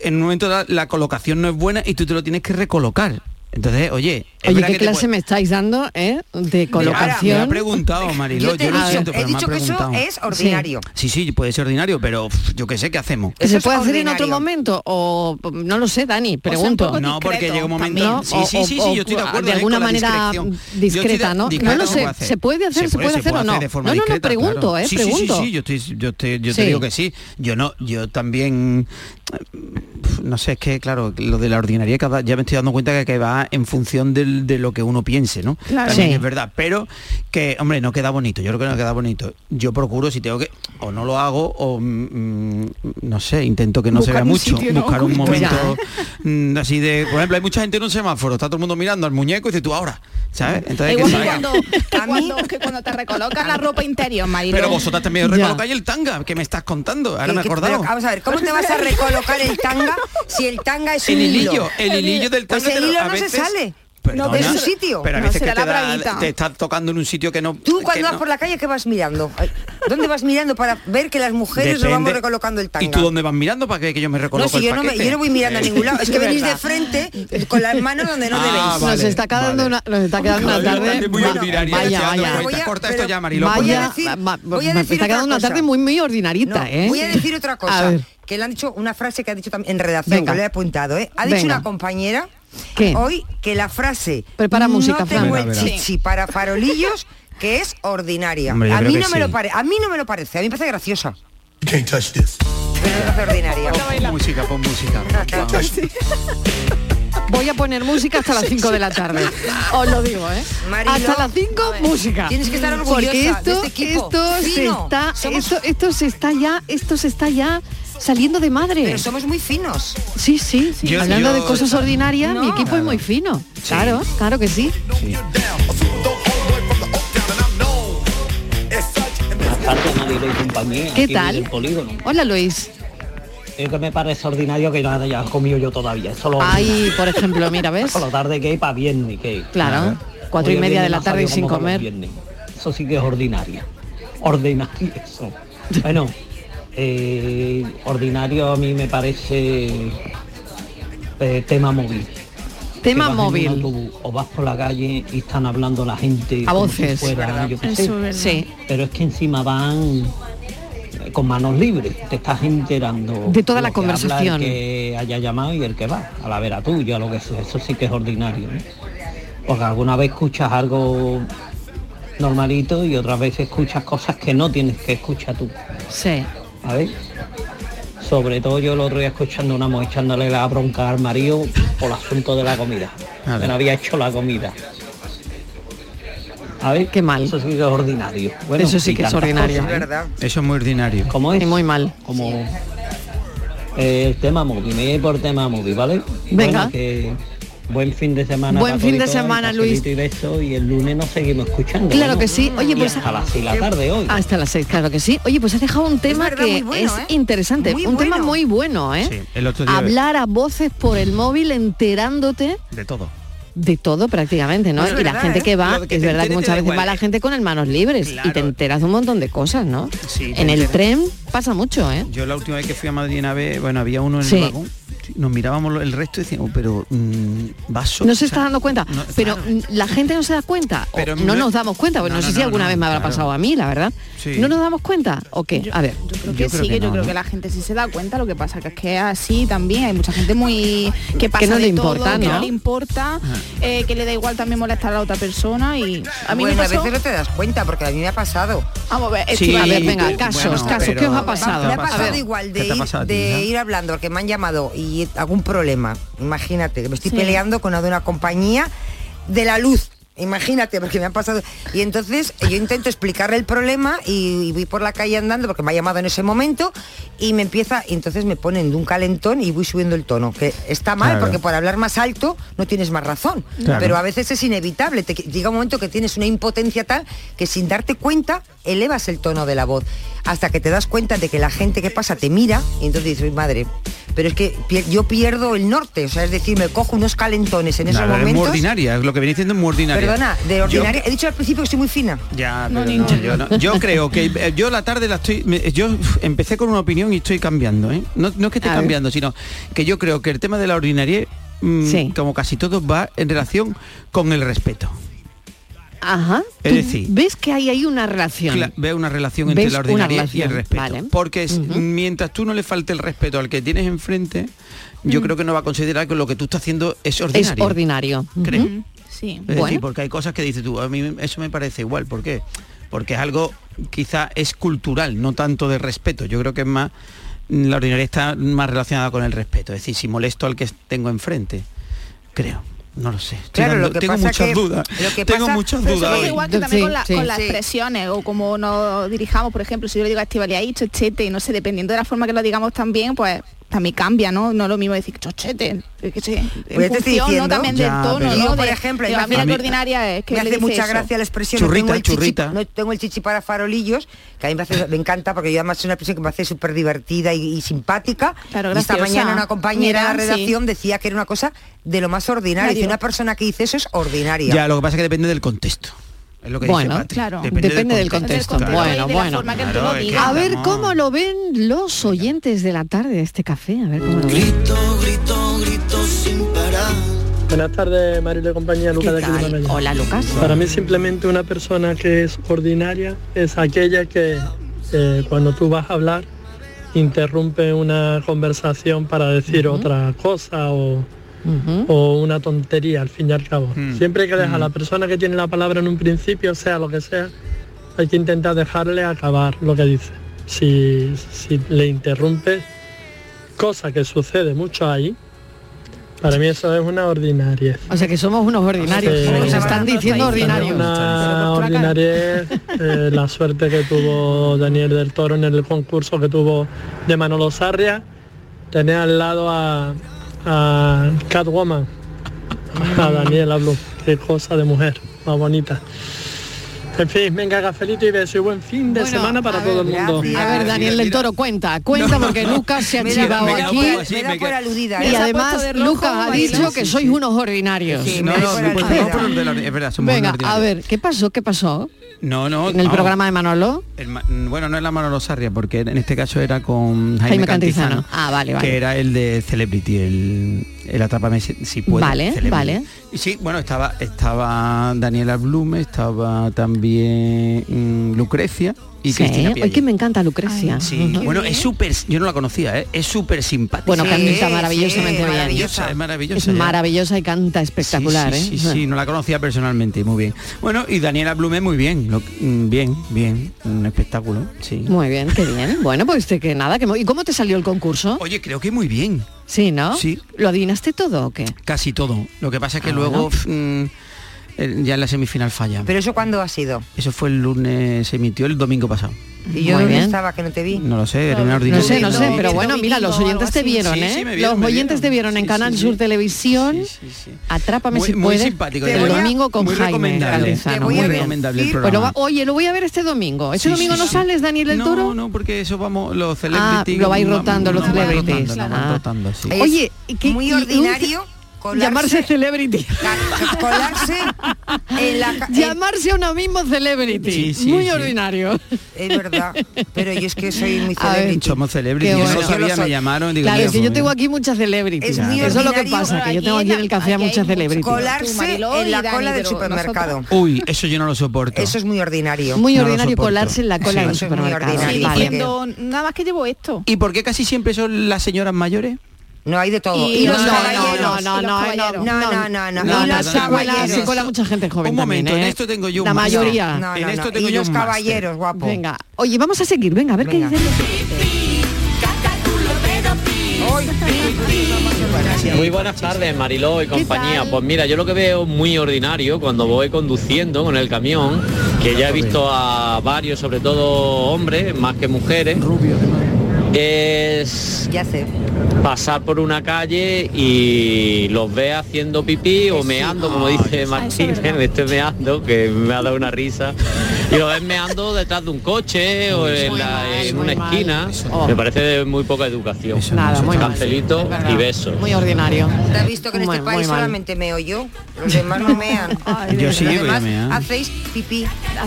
[SPEAKER 8] en un momento dado, la colocación no es buena y tú te lo tienes que recolocar. Entonces, oye, es
[SPEAKER 5] Oye,
[SPEAKER 8] verdad
[SPEAKER 5] ¿qué
[SPEAKER 8] que te
[SPEAKER 5] clase me estáis dando eh, de
[SPEAKER 8] puede- Ahora, Me ha
[SPEAKER 5] colocación?
[SPEAKER 8] preguntado, Mariló,
[SPEAKER 7] Yo
[SPEAKER 8] yo,
[SPEAKER 7] te he
[SPEAKER 8] lo
[SPEAKER 7] dicho-
[SPEAKER 8] siento,
[SPEAKER 7] he
[SPEAKER 8] pero me ha
[SPEAKER 7] dicho que eso
[SPEAKER 8] preguntado.
[SPEAKER 7] es ordinario.
[SPEAKER 8] Sí. sí, sí, puede ser ordinario, pero pff, yo qué sé, ¿qué hacemos?
[SPEAKER 5] ¿Que se puede hacer en otro momento? O no lo sé, Dani, pregunto.
[SPEAKER 8] no, porque llega un momento...
[SPEAKER 5] ¿No?
[SPEAKER 8] Sí,
[SPEAKER 5] O-
[SPEAKER 8] sí, sí, sí,
[SPEAKER 5] o-
[SPEAKER 8] yo estoy de
[SPEAKER 5] o
[SPEAKER 8] acuerdo.
[SPEAKER 5] De
[SPEAKER 8] eh,
[SPEAKER 5] alguna
[SPEAKER 8] con la
[SPEAKER 5] manera mm,
[SPEAKER 8] discreción. Yo estoy de-
[SPEAKER 5] discreta, ¿no?
[SPEAKER 8] discreta
[SPEAKER 5] No lo
[SPEAKER 8] se puede
[SPEAKER 5] sé, ¿se puede hacer, se puede hacer o no?
[SPEAKER 8] de forma
[SPEAKER 5] No, no, no,
[SPEAKER 8] discreta,
[SPEAKER 5] pregunto,
[SPEAKER 8] claro.
[SPEAKER 5] ¿eh?
[SPEAKER 8] Sí, sí, sí,
[SPEAKER 5] Pregunto.
[SPEAKER 8] sí, yo, estoy, yo, estoy- yo
[SPEAKER 5] Sí.
[SPEAKER 8] te digo que sí. Yo no, yo también... pf, No sé, es que claro, lo de la ordinaria cada- ya me estoy dando cuenta que, que va en función del- de lo que uno piense, ¿no?
[SPEAKER 5] Claro.
[SPEAKER 8] También
[SPEAKER 5] Sí.
[SPEAKER 8] es verdad, pero que, hombre, no queda bonito, yo creo que no queda bonito. Yo procuro si tengo que, o no lo hago, o mm, mm, no sé, intento que no se
[SPEAKER 18] Buscar
[SPEAKER 8] vea
[SPEAKER 18] un
[SPEAKER 8] mucho,
[SPEAKER 18] sitio, ¿no?
[SPEAKER 8] buscar un
[SPEAKER 18] Oculto.
[SPEAKER 8] momento
[SPEAKER 18] Ya.
[SPEAKER 8] Mm, así de, por ejemplo, hay mucha gente en un semáforo, está todo el mundo mirando al muñeco y dice tú ahora, ¿sabes? Entonces, que
[SPEAKER 9] Igual que
[SPEAKER 8] salga.
[SPEAKER 9] cuando, que cuando, que cuando te recolocas la ropa interior, Marilo.
[SPEAKER 8] Pero vosotras también os recolocáis el tanga, que me estás contando, ahora
[SPEAKER 7] Que-
[SPEAKER 8] me he
[SPEAKER 7] que-
[SPEAKER 8] acordado.
[SPEAKER 7] pero vamos a ver, ¿cómo te vas a recolocar el tanga si el tanga es un
[SPEAKER 8] El hilillo,
[SPEAKER 7] hilo?
[SPEAKER 8] el hilillo del
[SPEAKER 7] Pues
[SPEAKER 8] tanga te
[SPEAKER 7] el
[SPEAKER 8] lo-
[SPEAKER 7] hilo
[SPEAKER 8] a
[SPEAKER 7] no se
[SPEAKER 8] veces-
[SPEAKER 7] sale.
[SPEAKER 8] Perdona,
[SPEAKER 7] de su sitio.
[SPEAKER 8] Pero a veces que te, da- te estás tocando en un sitio que no...
[SPEAKER 7] Tú cuando
[SPEAKER 8] que
[SPEAKER 7] vas
[SPEAKER 8] no-
[SPEAKER 7] por la calle, ¿qué vas mirando? Ay, ¿Dónde vas mirando para ver que las mujeres lo vamos
[SPEAKER 8] Depende.
[SPEAKER 7] recolocando el tanga?
[SPEAKER 8] ¿Y tú dónde vas mirando para que, que yo me recoloco
[SPEAKER 7] no, si
[SPEAKER 8] el
[SPEAKER 7] yo no, me,
[SPEAKER 8] paquete?
[SPEAKER 7] yo no voy mirando a
[SPEAKER 8] Eh,
[SPEAKER 7] ningún lado. Es que
[SPEAKER 8] de
[SPEAKER 7] venís de
[SPEAKER 8] verdad.
[SPEAKER 7] frente con las manos donde no
[SPEAKER 8] Ah,
[SPEAKER 7] debéis.
[SPEAKER 8] vale,
[SPEAKER 5] nos está quedando una, nos está quedando una
[SPEAKER 8] Claro, yo
[SPEAKER 5] tarde
[SPEAKER 8] también voy
[SPEAKER 5] va-
[SPEAKER 8] ordinaria,
[SPEAKER 5] vaya
[SPEAKER 8] ya,
[SPEAKER 5] vaya
[SPEAKER 8] voy a- Corta esto ya, Mariló, por
[SPEAKER 5] vaya
[SPEAKER 8] favor.
[SPEAKER 5] va- va-
[SPEAKER 7] voy a
[SPEAKER 5] me
[SPEAKER 7] decir
[SPEAKER 5] está quedando
[SPEAKER 7] otra
[SPEAKER 5] una tarde
[SPEAKER 7] cosa.
[SPEAKER 5] muy muy ordinarita eh
[SPEAKER 7] Voy a decir otra cosa.
[SPEAKER 5] ver.
[SPEAKER 7] Que le han dicho una frase que ha dicho también en redacción,
[SPEAKER 5] Venga.
[SPEAKER 7] que le he apuntado, ¿eh? Ha dicho
[SPEAKER 5] Venga.
[SPEAKER 7] una compañera
[SPEAKER 5] ¿Qué?
[SPEAKER 7] hoy que la frase
[SPEAKER 5] Prepara música,
[SPEAKER 7] no
[SPEAKER 5] Fran".
[SPEAKER 7] tengo
[SPEAKER 5] Verá,
[SPEAKER 7] el
[SPEAKER 5] verá.
[SPEAKER 7] chichi para farolillos que es ordinaria.
[SPEAKER 19] Hombre, yo
[SPEAKER 7] a
[SPEAKER 19] creo
[SPEAKER 7] mí
[SPEAKER 19] que
[SPEAKER 7] no me lo
[SPEAKER 19] sí.
[SPEAKER 7] pare, a mí no me lo parece, a mí me parece graciosa.
[SPEAKER 19] Can't touch this.
[SPEAKER 7] Pero me parece ordinaria.
[SPEAKER 8] Pon música, pon música.
[SPEAKER 5] voy a poner música hasta las 5 de la tarde os lo digo eh
[SPEAKER 7] Mariló,
[SPEAKER 5] hasta las 5 música
[SPEAKER 7] tienes que estar orgullosa
[SPEAKER 5] porque esto
[SPEAKER 7] de este equipo.
[SPEAKER 5] esto se
[SPEAKER 7] Fino.
[SPEAKER 5] está
[SPEAKER 7] Somos-
[SPEAKER 5] esto esto se está ya esto se está ya saliendo de madre
[SPEAKER 7] Pero somos muy finos.
[SPEAKER 5] sí sí,
[SPEAKER 7] Yo-
[SPEAKER 5] hablando de
[SPEAKER 7] yo-
[SPEAKER 5] cosas ordinarias mi
[SPEAKER 7] No.
[SPEAKER 5] equipo es muy fino claro claro que sí
[SPEAKER 20] Buenas tardes, Marilo y compañía.
[SPEAKER 5] ¿Qué
[SPEAKER 20] aquí
[SPEAKER 5] tal?
[SPEAKER 20] del polígono.
[SPEAKER 5] hola Luis
[SPEAKER 20] Es que me parece ordinario que no haya comido yo todavía. Solo
[SPEAKER 5] Ay, por ejemplo, mira, ¿ves?
[SPEAKER 20] Por la tarde que hay para viernes que hay.
[SPEAKER 5] Claro, cuatro
[SPEAKER 20] Hoy
[SPEAKER 5] y
[SPEAKER 20] el
[SPEAKER 5] media de
[SPEAKER 20] viernes
[SPEAKER 5] la
[SPEAKER 20] me ha
[SPEAKER 5] tarde y
[SPEAKER 20] salido
[SPEAKER 5] sin
[SPEAKER 20] como todos
[SPEAKER 5] comer.
[SPEAKER 20] los viernes. Eso sí que es ordinario. Ordinario eso. Bueno, eh, ordinario a mí me parece eh, tema móvil.
[SPEAKER 5] Tema
[SPEAKER 20] Que vas en un
[SPEAKER 5] móvil.
[SPEAKER 20] autobús o vas por la calle y están hablando la gente
[SPEAKER 5] A
[SPEAKER 20] como si
[SPEAKER 5] voces.
[SPEAKER 20] fuera, yo qué sé.
[SPEAKER 5] Sí.
[SPEAKER 20] Pero es que encima van con manos libres, te estás enterando
[SPEAKER 5] De toda
[SPEAKER 20] lo
[SPEAKER 5] la
[SPEAKER 20] que habla el
[SPEAKER 5] conversación.
[SPEAKER 20] que haya llamado y el que va, a la vera tuya, lo que sea, eso sí que es ordinario. ¿no? Porque alguna vez escuchas algo normalito y otras veces escuchas cosas que no tienes que escuchar tú.
[SPEAKER 5] Sí.
[SPEAKER 20] A ver. Sobre todo yo el otro día escuchando una mujer echándole la bronca al marido por el asunto de la comida.
[SPEAKER 8] A
[SPEAKER 20] Que no había hecho la comida. A ver, qué mal. Eso sí que es ordinario. Bueno,
[SPEAKER 5] Eso sí
[SPEAKER 20] y
[SPEAKER 5] que es
[SPEAKER 20] tantas
[SPEAKER 5] ordinario.
[SPEAKER 20] cosas, ¿eh?
[SPEAKER 8] Eso es muy ordinario.
[SPEAKER 20] ¿Cómo es?
[SPEAKER 5] muy mal.
[SPEAKER 20] Como eh, el tema movie, me voy por tema movie, ¿vale?
[SPEAKER 5] Venga.
[SPEAKER 20] Bueno, que buen fin de semana.
[SPEAKER 5] Buen
[SPEAKER 20] para
[SPEAKER 5] fin de
[SPEAKER 20] todos y todas,
[SPEAKER 5] semana,
[SPEAKER 20] y
[SPEAKER 5] Luis.
[SPEAKER 20] cafelito Y, beso, y el lunes nos seguimos escuchando.
[SPEAKER 5] Claro
[SPEAKER 20] bueno.
[SPEAKER 5] que sí. Oye,
[SPEAKER 8] Mm,
[SPEAKER 20] Y
[SPEAKER 5] pues
[SPEAKER 20] hasta las seis de la tarde hoy.
[SPEAKER 5] Hasta las seis, claro que sí. Oye, pues has dejado un tema
[SPEAKER 20] verdad,
[SPEAKER 5] que
[SPEAKER 20] muy bueno,
[SPEAKER 5] es interesante,
[SPEAKER 20] Muy
[SPEAKER 5] un tema muy bueno, ¿eh?
[SPEAKER 8] El otro día
[SPEAKER 5] Hablar a voces por el móvil enterándote
[SPEAKER 8] de todo.
[SPEAKER 5] de todo prácticamente, ¿no?
[SPEAKER 8] Es
[SPEAKER 5] y la
[SPEAKER 8] verdad,
[SPEAKER 5] gente
[SPEAKER 8] ¿eh?
[SPEAKER 5] que va,
[SPEAKER 8] Lo que
[SPEAKER 5] es
[SPEAKER 8] te enteres
[SPEAKER 5] verdad que
[SPEAKER 8] te
[SPEAKER 5] muchas
[SPEAKER 8] da
[SPEAKER 5] veces
[SPEAKER 8] igual.
[SPEAKER 5] va la gente con el manos libres y te enteras de un montón de cosas, ¿no?
[SPEAKER 8] Sí, te
[SPEAKER 5] en el
[SPEAKER 8] enteras.
[SPEAKER 5] tren pasa mucho, ¿eh?
[SPEAKER 8] Yo la última vez que fui a Madrid en AVE, bueno, había uno en
[SPEAKER 5] Sí.
[SPEAKER 8] el vagón, nos mirábamos lo- el resto y decíamos, pero mm, vaso.
[SPEAKER 5] No
[SPEAKER 8] o
[SPEAKER 5] se
[SPEAKER 8] sea,
[SPEAKER 5] está dando cuenta, pero mm, la gente no se da cuenta, o
[SPEAKER 8] Pero
[SPEAKER 5] no
[SPEAKER 8] no-
[SPEAKER 5] nos damos cuenta, porque no,
[SPEAKER 8] No,
[SPEAKER 5] sé
[SPEAKER 8] no,
[SPEAKER 5] si
[SPEAKER 8] no,
[SPEAKER 5] alguna
[SPEAKER 8] no,
[SPEAKER 5] vez me habrá
[SPEAKER 8] claro.
[SPEAKER 5] pasado a mí, la verdad.
[SPEAKER 8] Sí.
[SPEAKER 5] ¿No nos damos cuenta o qué? A ver. Yo
[SPEAKER 9] creo que sí, que yo creo que la gente sí se da cuenta, lo que pasa que es que así también hay mucha gente muy que pasa
[SPEAKER 5] no
[SPEAKER 9] de
[SPEAKER 5] le
[SPEAKER 9] todo,
[SPEAKER 5] importa,
[SPEAKER 9] que
[SPEAKER 5] ¿no?
[SPEAKER 9] no le importa, eh, que le da igual también molestar a la otra persona y a mí
[SPEAKER 7] Bueno,
[SPEAKER 9] me
[SPEAKER 7] a
[SPEAKER 9] pasó-
[SPEAKER 7] veces no te das cuenta porque a mí me ha pasado.
[SPEAKER 9] Vamos a ver, Sí, Estivali, a ver, venga, tú- casos, bueno, casos, ¿qué os pero- ha pasado?
[SPEAKER 7] Me
[SPEAKER 9] ¿Qué
[SPEAKER 7] ha
[SPEAKER 9] te ha
[SPEAKER 7] pasado
[SPEAKER 9] pasado?
[SPEAKER 7] igual
[SPEAKER 9] ¿Qué
[SPEAKER 7] de,
[SPEAKER 9] te ha
[SPEAKER 7] ir,
[SPEAKER 9] pasado a ti,
[SPEAKER 7] de
[SPEAKER 9] hija?
[SPEAKER 7] ir hablando, que me han llamado y algún problema. Imagínate, que me estoy
[SPEAKER 9] Sí.
[SPEAKER 7] peleando con una de una compañía de la luz. Imagínate, porque me han pasado. Y entonces eh, yo intento explicarle el problema y, y voy por la calle andando porque me ha llamado en ese momento y me empieza, y entonces me ponen de un calentón y voy subiendo el tono, que está mal
[SPEAKER 17] Claro.
[SPEAKER 7] porque por hablar más alto no tienes más razón.
[SPEAKER 17] Claro.
[SPEAKER 7] Pero a veces es inevitable. Te, llega un momento que tienes una impotencia tal que sin darte cuenta elevas el tono de la voz. Hasta que te das cuenta de que la gente que pasa te mira y entonces dices, "Uy, madre, pero es que pier- yo pierdo el norte. O sea, es decir, me cojo unos calentones en esos
[SPEAKER 8] Nada, es muy
[SPEAKER 7] momentos.
[SPEAKER 8] ordinaria, es lo que venís diciendo es muy ordinaria.
[SPEAKER 7] Perdona, de
[SPEAKER 8] Yo-
[SPEAKER 7] ordinaria. He dicho al principio que soy muy fina.
[SPEAKER 8] Ya,
[SPEAKER 7] No,
[SPEAKER 8] pero
[SPEAKER 7] ni
[SPEAKER 8] no,
[SPEAKER 7] no.
[SPEAKER 8] yo, no. Yo creo que eh, yo la tarde la estoy. me- Yo uf, empecé con una opinión y estoy cambiando, ¿eh? No, no es que esté
[SPEAKER 5] A ver.
[SPEAKER 8] cambiando, sino que yo creo que el tema de la ordinaria, mm,
[SPEAKER 5] Sí.
[SPEAKER 8] como casi todos, va en relación con el respeto.
[SPEAKER 5] Ajá.
[SPEAKER 8] Es
[SPEAKER 5] Tú
[SPEAKER 8] decir-
[SPEAKER 5] ves que ahí hay una relación.
[SPEAKER 8] Cla- veo una relación entre
[SPEAKER 5] ¿Ves
[SPEAKER 8] la
[SPEAKER 5] una
[SPEAKER 8] ordinaria y el
[SPEAKER 5] relación?
[SPEAKER 8] respeto.
[SPEAKER 5] Vale.
[SPEAKER 8] Porque es- mientras tú no le falte el respeto al que tienes enfrente, yo
[SPEAKER 5] Mm.
[SPEAKER 8] creo que no va a considerar que lo que tú estás haciendo es ordinario.
[SPEAKER 5] Es ordinario.
[SPEAKER 8] Creo.
[SPEAKER 5] Ujú.
[SPEAKER 9] Sí.
[SPEAKER 8] Es
[SPEAKER 5] Bueno.
[SPEAKER 8] decir, porque hay cosas que dices tú, a mí eso me parece igual, ¿por qué? Porque es algo quizá es cultural, no tanto de respeto. Yo creo que es más la ordinaria está más relacionada con el respeto, es decir, si molesto al que tengo enfrente. Creo, no lo sé. Estoy
[SPEAKER 7] Claro, lo
[SPEAKER 8] dando-
[SPEAKER 7] que
[SPEAKER 8] tengo
[SPEAKER 7] pasa
[SPEAKER 8] muchas
[SPEAKER 7] que-
[SPEAKER 8] dudas.
[SPEAKER 7] lo que
[SPEAKER 8] tengo
[SPEAKER 7] pasa-
[SPEAKER 8] muchas
[SPEAKER 7] pero
[SPEAKER 9] Pero
[SPEAKER 8] dudas.
[SPEAKER 9] eso es
[SPEAKER 8] hoy.
[SPEAKER 9] Pues igual que también con, la- con las
[SPEAKER 7] sí.
[SPEAKER 9] expresiones o como nos dirijamos, por ejemplo, si yo le digo a Estivali ahí chochete, y no sé, dependiendo de la forma que lo digamos también, pues también cambia, ¿no? No es lo mismo decir chochete, es que sí, en
[SPEAKER 7] Pues te
[SPEAKER 9] función,
[SPEAKER 7] estoy
[SPEAKER 9] ¿no?
[SPEAKER 7] diciendo.
[SPEAKER 9] También
[SPEAKER 7] Ya,
[SPEAKER 9] del tono,
[SPEAKER 7] pero-
[SPEAKER 9] ¿no?
[SPEAKER 7] Yo,
[SPEAKER 9] De-
[SPEAKER 7] por ejemplo,
[SPEAKER 9] digo, mira
[SPEAKER 7] imagínate-
[SPEAKER 9] qué ordinaria es, que
[SPEAKER 7] me
[SPEAKER 9] le
[SPEAKER 7] hace
[SPEAKER 9] dice
[SPEAKER 7] mucha
[SPEAKER 9] eso.
[SPEAKER 7] gracia la expresión no
[SPEAKER 8] Churrita,
[SPEAKER 7] tengo el chichi-
[SPEAKER 8] churrita.
[SPEAKER 7] no tengo el chichi para farolillos que a mí me, hace- me encanta porque yo además es una expresión que me hace súper divertida y, y simpática
[SPEAKER 9] Claro,
[SPEAKER 7] y esta
[SPEAKER 9] graciosa.
[SPEAKER 7] mañana una compañera de la
[SPEAKER 9] Mira, sí.
[SPEAKER 7] redacción decía que era una cosa de lo más ordinaria
[SPEAKER 9] Claro.
[SPEAKER 7] dice una persona que dice eso es ordinaria
[SPEAKER 8] Ya, lo que pasa es que depende del contexto. Es lo que dice
[SPEAKER 5] Bueno,
[SPEAKER 8] Patri.
[SPEAKER 5] claro. Depende del contexto. Bueno,
[SPEAKER 8] Claro.
[SPEAKER 5] bueno.
[SPEAKER 8] Claro, es que
[SPEAKER 5] A ver
[SPEAKER 8] estamos-
[SPEAKER 5] cómo lo ven los oyentes de la tarde de este café. A ver cómo lo ven.
[SPEAKER 18] Buenas tardes, Marilo y compañía, Lucas de aquí de Marbella.
[SPEAKER 5] Hola, Lucas.
[SPEAKER 18] Para mí simplemente una persona que es ordinaria es aquella que eh, cuando tú vas a hablar interrumpe una conversación para decir otra cosa o, o una tontería al fin y al cabo. Siempre hay que dejar a la
[SPEAKER 5] Mm.
[SPEAKER 18] persona que tiene la palabra en un principio, sea lo que sea, hay que intentar dejarle acabar lo que dice. Si, si le interrumpe, cosa que sucede mucho ahí, para mí eso es una ordinaria.
[SPEAKER 5] O sea que somos unos ordinarios.
[SPEAKER 18] Sí.
[SPEAKER 5] Nos están diciendo ordinarios.
[SPEAKER 18] Una ordinariez, eh, la suerte que tuvo Daniel del Toro en el concurso que tuvo de Manolo Sarria, tener al lado a, a Catwoman, a Daniela Blue, qué cosa de mujer, más bonita. En fin, venga, cafelito y beso y buen fin de semana para todo el mundo.
[SPEAKER 5] A ver, Daniel del Toro, cuenta, cuenta porque Lucas se ha
[SPEAKER 18] Mira,
[SPEAKER 5] chivado
[SPEAKER 18] me he quedado
[SPEAKER 5] aquí.
[SPEAKER 18] por- me he quedado por aludida,
[SPEAKER 5] Y
[SPEAKER 18] ¿eh? Se ha
[SPEAKER 5] además,
[SPEAKER 18] puesto de rojo,
[SPEAKER 5] Lucas ha
[SPEAKER 18] Mariló.
[SPEAKER 5] dicho que
[SPEAKER 18] Sí,
[SPEAKER 5] sois unos ordinarios.
[SPEAKER 8] Sí, no, no, pues, no, pero de la- es verdad, somos
[SPEAKER 5] Venga,
[SPEAKER 8] unos
[SPEAKER 5] a
[SPEAKER 8] ordinarios.
[SPEAKER 5] ver, ¿qué pasó? ¿Qué pasó?
[SPEAKER 8] No, no,
[SPEAKER 5] En el
[SPEAKER 8] vamos.
[SPEAKER 5] programa de Manolo.
[SPEAKER 8] El ma- bueno, no es la Manolo Sarria, porque en este caso era con Jaime,
[SPEAKER 5] Jaime
[SPEAKER 8] Cantizano,
[SPEAKER 5] Cantizano. Ah, vale, vale.
[SPEAKER 8] Que era el de Celebrity, el, el Atrápame si, si puedes.
[SPEAKER 5] Vale,
[SPEAKER 8] Celebrity.
[SPEAKER 5] vale.
[SPEAKER 8] Y sí, bueno, estaba, estaba Daniela Blume, estaba también mm, Lucrecia. y
[SPEAKER 5] Sí,
[SPEAKER 8] Cristina
[SPEAKER 5] Hoy
[SPEAKER 8] Piaget.
[SPEAKER 5] que me encanta Lucrecia.
[SPEAKER 8] Sí,
[SPEAKER 5] Ujú.
[SPEAKER 8] bueno, es súper, yo no la conocía, ¿eh? es súper simpática.
[SPEAKER 5] Bueno, canta maravillosamente bien.
[SPEAKER 8] maravillosa, Es
[SPEAKER 5] Es
[SPEAKER 8] maravillosa. ya.
[SPEAKER 5] maravillosa y canta espectacular,
[SPEAKER 8] sí, sí,
[SPEAKER 5] ¿eh?
[SPEAKER 8] sí, sí, no la conocía personalmente, muy bien. Bueno, y Daniela Blume muy bien, lo- mm, bien, bien, un espectáculo, sí.
[SPEAKER 5] Muy bien, qué bien. Bueno, pues te- que nada, que mo- ¿y cómo te salió el concurso?
[SPEAKER 8] Oye, creo que muy bien,
[SPEAKER 5] Sí, ¿no?
[SPEAKER 8] Sí.
[SPEAKER 5] ¿Lo adivinaste todo o qué?
[SPEAKER 8] casi todo. Lo que pasa es que
[SPEAKER 5] Ah,
[SPEAKER 8] luego
[SPEAKER 5] bueno.
[SPEAKER 8] f- mm, el- ya en la semifinal falla.
[SPEAKER 7] ¿Pero eso cuándo ha sido?
[SPEAKER 8] Eso fue el lunes, se emitió el domingo pasado.
[SPEAKER 7] Y
[SPEAKER 8] Muy
[SPEAKER 7] yo dónde
[SPEAKER 8] bien.
[SPEAKER 7] estaba que no te vi.
[SPEAKER 8] No lo sé, era una
[SPEAKER 5] No
[SPEAKER 8] ordinaria.
[SPEAKER 5] sé, no sé, pero bueno, mira, los oyentes te vieron,
[SPEAKER 8] Sí,
[SPEAKER 5] ¿eh?
[SPEAKER 8] sí, me vieron, me
[SPEAKER 5] los oyentes te vieron en Canal Sur Televisión. Atrápame
[SPEAKER 8] Muy-
[SPEAKER 5] si
[SPEAKER 8] muy
[SPEAKER 5] puedes.
[SPEAKER 8] simpático,
[SPEAKER 5] el
[SPEAKER 8] de verdad.
[SPEAKER 5] domingo con
[SPEAKER 8] Muy
[SPEAKER 5] Jaime
[SPEAKER 8] recomendable,
[SPEAKER 5] Cabezano.
[SPEAKER 8] te voy a
[SPEAKER 5] Muy bien.
[SPEAKER 8] recomendable el
[SPEAKER 5] Sí,
[SPEAKER 8] programa.
[SPEAKER 5] pero va- oye, lo voy a ver este domingo. ¿Este
[SPEAKER 8] Sí,
[SPEAKER 5] domingo
[SPEAKER 8] sí,
[SPEAKER 5] no
[SPEAKER 8] sí.
[SPEAKER 5] sales, Daniel el
[SPEAKER 8] No,
[SPEAKER 5] Toro?
[SPEAKER 8] No, porque eso vamos, los
[SPEAKER 5] Ah,
[SPEAKER 8] celebrities.
[SPEAKER 5] lo vais
[SPEAKER 8] no-
[SPEAKER 5] rotando los
[SPEAKER 8] no van
[SPEAKER 5] celebrities.
[SPEAKER 8] rotando, no van
[SPEAKER 5] Ah.
[SPEAKER 8] rotando, sí.
[SPEAKER 5] Oye, ¿qué- y- y
[SPEAKER 7] muy
[SPEAKER 5] un-
[SPEAKER 7] ordinario colarse-
[SPEAKER 5] Llamarse celebrity.
[SPEAKER 7] colarse en la ca-
[SPEAKER 5] Llamarse a uno mismo celebrity.
[SPEAKER 8] Sí, sí,
[SPEAKER 5] muy
[SPEAKER 8] sí.
[SPEAKER 5] ordinario.
[SPEAKER 7] Es verdad, pero yo es que soy muy
[SPEAKER 5] A ver,
[SPEAKER 7] celebrity.
[SPEAKER 8] Somos celebrities.
[SPEAKER 5] Qué
[SPEAKER 8] Yo no
[SPEAKER 5] bueno.
[SPEAKER 8] lo sabía, me
[SPEAKER 7] soy.
[SPEAKER 8] llamaron. Digo,
[SPEAKER 5] claro,
[SPEAKER 8] mira,
[SPEAKER 5] es que
[SPEAKER 8] pues
[SPEAKER 5] yo tengo aquí muchas celebrities.
[SPEAKER 7] Es muy
[SPEAKER 5] Eso es lo que
[SPEAKER 7] ordinario,
[SPEAKER 5] pasa, que yo tengo
[SPEAKER 7] aquí en
[SPEAKER 5] aquí en el café a muchas celebrities.
[SPEAKER 7] Colarse en la cola del supermercado.
[SPEAKER 8] Uy, eso yo no lo soporto.
[SPEAKER 7] Eso es muy ordinario.
[SPEAKER 5] Muy
[SPEAKER 8] No lo
[SPEAKER 5] ordinario
[SPEAKER 8] soporto.
[SPEAKER 5] colarse en la cola del
[SPEAKER 7] Eso es muy
[SPEAKER 5] supermercado.
[SPEAKER 7] ordinario.
[SPEAKER 5] Vale.
[SPEAKER 9] Diciendo, nada más que llevo esto.
[SPEAKER 8] ¿Y por qué casi siempre son las señoras mayores?
[SPEAKER 7] No hay de todo.
[SPEAKER 9] Y los
[SPEAKER 5] no,
[SPEAKER 9] caballeros.
[SPEAKER 5] no,
[SPEAKER 9] y los
[SPEAKER 5] no, no,
[SPEAKER 9] caballeros.
[SPEAKER 7] No, no, no, no.
[SPEAKER 5] No,
[SPEAKER 7] Y
[SPEAKER 5] no,
[SPEAKER 7] los
[SPEAKER 5] se cuela,
[SPEAKER 7] caballeros.
[SPEAKER 5] se cuela mucha gente joven
[SPEAKER 8] Un momento,
[SPEAKER 5] también,
[SPEAKER 8] en
[SPEAKER 5] ¿eh?
[SPEAKER 8] esto tengo yo un
[SPEAKER 5] La
[SPEAKER 8] máster.
[SPEAKER 5] mayoría.
[SPEAKER 7] No,
[SPEAKER 8] En
[SPEAKER 7] no,
[SPEAKER 8] esto
[SPEAKER 7] no.
[SPEAKER 8] tengo
[SPEAKER 7] Y
[SPEAKER 8] yo
[SPEAKER 7] los
[SPEAKER 8] un máster.
[SPEAKER 7] caballeros, guapo.
[SPEAKER 5] Venga, oye, vamos a seguir, venga, a ver
[SPEAKER 7] Venga.
[SPEAKER 5] qué dice.
[SPEAKER 17] Muy buenas tardes, Mariló y compañía. Pues mira, yo lo que veo muy ordinario cuando voy conduciendo con el camión, que ya he visto a varios, sobre todo hombres, más que mujeres, es
[SPEAKER 7] Ya sé.
[SPEAKER 17] pasar por una calle y los ve haciendo pipí o meando, como dice Martínez, me estoy meando, que me ha dado una risa, y los ves meando detrás de un coche o en, la- en una esquina. Me parece de muy poca educación.
[SPEAKER 5] Nada, muy mal.
[SPEAKER 17] Cancelito y besos.
[SPEAKER 5] Muy ordinario.
[SPEAKER 7] ¿Te has visto que en
[SPEAKER 5] Eh, Muy-
[SPEAKER 7] este país
[SPEAKER 5] muy mal.
[SPEAKER 7] solamente meo yo? Los demás no mean.
[SPEAKER 8] Yo
[SPEAKER 7] Los
[SPEAKER 8] sí voy a
[SPEAKER 7] demás
[SPEAKER 8] mear.
[SPEAKER 7] hacéis pipí. A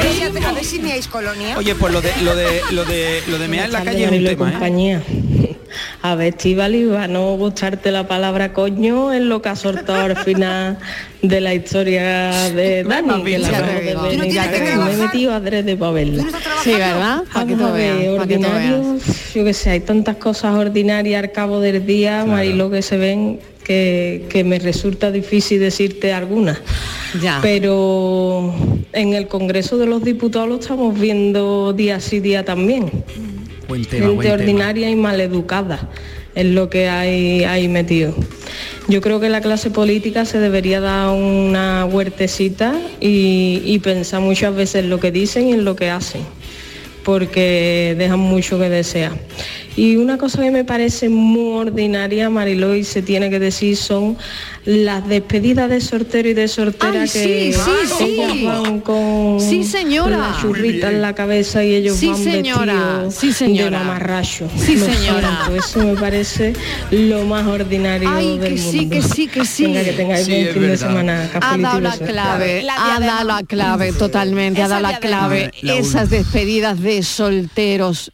[SPEAKER 7] ver si- a ver si meáis colonia.
[SPEAKER 8] Oye, pues lo de, lo de, lo de, lo de mear en la
[SPEAKER 19] Buenas
[SPEAKER 8] calle es
[SPEAKER 19] tardes,
[SPEAKER 8] un
[SPEAKER 19] Marilo y
[SPEAKER 8] tema, ¿eh?
[SPEAKER 19] compañía. A ver, Estivali, va a no gustarte la palabra coño en lo que ha soltado al final de la historia de Dani, que la
[SPEAKER 5] Ya te
[SPEAKER 19] acabo
[SPEAKER 5] digo.
[SPEAKER 19] de
[SPEAKER 5] Tú no
[SPEAKER 19] ver y
[SPEAKER 5] tienes que
[SPEAKER 19] que me he
[SPEAKER 5] trabajar.
[SPEAKER 19] metido adrede para verla.
[SPEAKER 5] Sí, ¿verdad? Para que
[SPEAKER 19] Vamos
[SPEAKER 5] tú
[SPEAKER 19] a ver,
[SPEAKER 5] veas, para que tú veas.
[SPEAKER 19] ordinario, yo que sé, hay tantas cosas ordinarias al cabo del día, Marilo, que se ven que, que me resulta difícil decirte algunas.
[SPEAKER 5] Ya.
[SPEAKER 19] Pero en el Congreso de los Diputados lo estamos viendo día sí día también.
[SPEAKER 8] Buen tema, buen
[SPEAKER 19] Gente
[SPEAKER 8] tema.
[SPEAKER 19] ordinaria y maleducada es lo que hay ahí metido. Yo creo que la clase política se debería dar una huertecita y, y pensar muchas veces en lo que dicen y en lo que hacen, porque dejan mucho que desear. Y una cosa que me parece muy ordinaria, Mariló, y se tiene que decir, son las despedidas de sortero y de sortera
[SPEAKER 5] Ay,
[SPEAKER 19] que
[SPEAKER 5] sí, sí,
[SPEAKER 19] ellas
[SPEAKER 5] sí.
[SPEAKER 19] van con
[SPEAKER 5] Sí, señora.
[SPEAKER 19] la churrita en la cabeza y ellos
[SPEAKER 5] Sí,
[SPEAKER 19] van
[SPEAKER 5] señora.
[SPEAKER 19] vestidos
[SPEAKER 5] Sí, señora.
[SPEAKER 19] de mamarracho.
[SPEAKER 5] Sí,
[SPEAKER 19] Lo
[SPEAKER 5] señora.
[SPEAKER 19] siento, eso me parece lo más ordinario
[SPEAKER 5] Ay,
[SPEAKER 19] del
[SPEAKER 5] que sí,
[SPEAKER 19] mundo.
[SPEAKER 5] que sí, que sí.
[SPEAKER 19] Venga, que tengáis
[SPEAKER 5] Sí,
[SPEAKER 19] buen
[SPEAKER 5] es
[SPEAKER 19] fin de
[SPEAKER 5] verdad.
[SPEAKER 19] semana.
[SPEAKER 5] Ha
[SPEAKER 19] cafelito
[SPEAKER 5] dado
[SPEAKER 19] y
[SPEAKER 5] la
[SPEAKER 19] besos.
[SPEAKER 5] clave, ha dado la clave totalmente, ha dado la clave.
[SPEAKER 8] La última.
[SPEAKER 5] Esas despedidas de solteros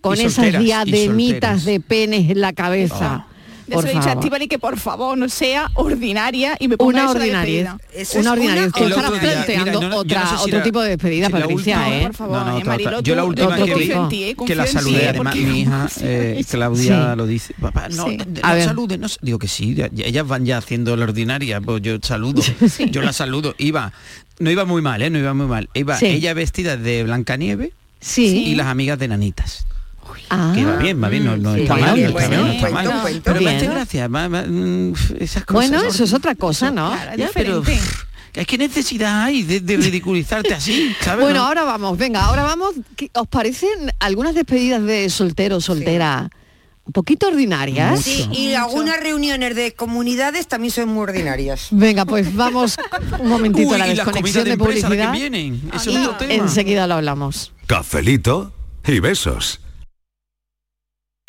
[SPEAKER 5] con
[SPEAKER 8] Y
[SPEAKER 5] esas
[SPEAKER 8] solteras, y
[SPEAKER 5] diademitas
[SPEAKER 8] solteros.
[SPEAKER 5] de penes en la cabeza.
[SPEAKER 9] Yo
[SPEAKER 5] Por
[SPEAKER 9] se lo he dicho a
[SPEAKER 5] favor.
[SPEAKER 9] Estíbaliz que por favor no sea ordinaria y me ponga
[SPEAKER 5] Una
[SPEAKER 9] eso de
[SPEAKER 5] ordinaria.
[SPEAKER 9] despedida.
[SPEAKER 5] Una ordinaria. Es que
[SPEAKER 8] El otro
[SPEAKER 5] estarás
[SPEAKER 8] día, mira,
[SPEAKER 5] planteando
[SPEAKER 8] no, no, yo no
[SPEAKER 5] otra,
[SPEAKER 8] sé si
[SPEAKER 5] otro
[SPEAKER 8] era-
[SPEAKER 5] tipo de despedida,
[SPEAKER 8] si la
[SPEAKER 5] Patricia,
[SPEAKER 8] última-
[SPEAKER 5] ¿eh?
[SPEAKER 8] No, no, otra,
[SPEAKER 9] Marilo,
[SPEAKER 8] otra.
[SPEAKER 9] tú-
[SPEAKER 8] Yo la última que
[SPEAKER 9] otro
[SPEAKER 8] vi,
[SPEAKER 9] confío en ti, eh,
[SPEAKER 8] que la
[SPEAKER 9] confío en
[SPEAKER 8] saludé,
[SPEAKER 9] ti,
[SPEAKER 8] además
[SPEAKER 9] porque-
[SPEAKER 8] mi hija eh, Claudia
[SPEAKER 5] Sí.
[SPEAKER 8] lo dice, papá, no,
[SPEAKER 5] Sí.
[SPEAKER 8] te- te-
[SPEAKER 5] A
[SPEAKER 8] no
[SPEAKER 5] ver.
[SPEAKER 8] saludes, no sa-". digo que sí, ya- ya- ellas van ya haciendo la ordinaria, pues yo saludo, yo la saludo, iba, no iba muy mal, eh, no iba muy mal, iba
[SPEAKER 5] Sí.
[SPEAKER 8] ella vestida de Blancanieve
[SPEAKER 5] Sí.
[SPEAKER 8] y las amigas de Nanitas.
[SPEAKER 5] Ah.
[SPEAKER 8] Que va bien, va bien, no, no
[SPEAKER 5] Sí.
[SPEAKER 8] está
[SPEAKER 5] Bueno,
[SPEAKER 8] mal, no está
[SPEAKER 5] bueno,
[SPEAKER 8] mal, no está mal.
[SPEAKER 5] cuento, cuento.
[SPEAKER 8] Pero me
[SPEAKER 5] Bien.
[SPEAKER 8] hace gracia, va- va, mm, esas cosas.
[SPEAKER 5] Bueno, eso es otra cosa, ¿no?
[SPEAKER 8] Ah, Ya, pero pff, es que necesidad hay de, de ridiculizarte así, ¿sabes?
[SPEAKER 5] Bueno,
[SPEAKER 8] No?
[SPEAKER 5] ahora vamos, venga, ahora vamos. ¿Qué- ¿Os parecen algunas despedidas de soltero, soltera, un poquito ordinarias?
[SPEAKER 7] Sí, y algunas reuniones de comunidades también son muy ordinarias.
[SPEAKER 5] Venga, pues vamos un momentito
[SPEAKER 7] Uy,
[SPEAKER 5] a la
[SPEAKER 7] y las
[SPEAKER 5] desconexión
[SPEAKER 7] comidas de Ah,
[SPEAKER 5] de,
[SPEAKER 7] empresa, ¿de qué
[SPEAKER 5] publicidad.
[SPEAKER 8] vienen? Eso
[SPEAKER 5] y
[SPEAKER 8] es otro tema.
[SPEAKER 5] enseguida lo hablamos.
[SPEAKER 3] Cafelito y besos.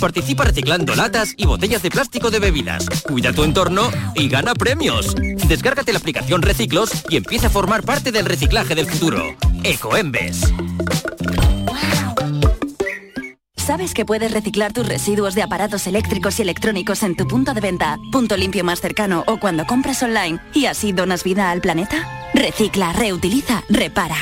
[SPEAKER 21] Participa reciclando latas y botellas de plástico de bebidas. Cuida tu entorno y gana premios. Descárgate la aplicación Reciclos y empieza a formar parte del reciclaje del futuro. Ecoembes.
[SPEAKER 22] ¿Sabes que puedes reciclar tus residuos de aparatos eléctricos y electrónicos en tu punto de venta, punto limpio más cercano o cuando compras online y así donas vida al planeta? Recicla, reutiliza, repara.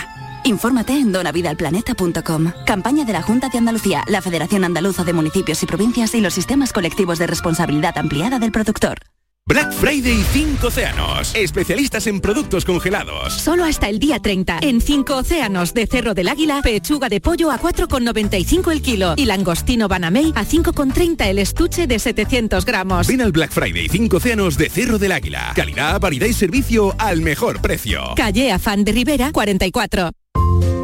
[SPEAKER 22] Infórmate en donavidalplaneta.com. Campaña de la Junta de Andalucía, la Federación Andaluza de Municipios y Provincias y los sistemas colectivos de responsabilidad ampliada del productor.
[SPEAKER 23] Black Friday 5 Océanos. Especialistas en productos congelados.
[SPEAKER 24] Solo hasta el día 30. En 5 océanos de Cerro del Águila, pechuga de pollo a 4,95 el kilo y langostino banamey a 5,30 el estuche de 700 gramos.
[SPEAKER 23] Ven al Black Friday 5 Océanos de Cerro del Águila. Calidad, variedad y servicio al mejor precio.
[SPEAKER 24] Calle Afán de Rivera 44.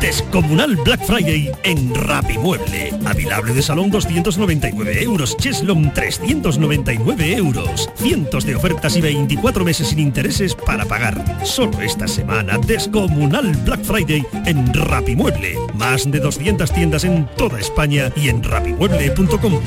[SPEAKER 25] Descomunal Black Friday en Rapimueble. Avilable de salón 299 euros, Cheslom 399 euros. Cientos de ofertas y 24 meses sin intereses para pagar. Solo esta semana, Descomunal Black Friday en Rapimueble. Más de 200 tiendas en toda España y en rapimueble.com.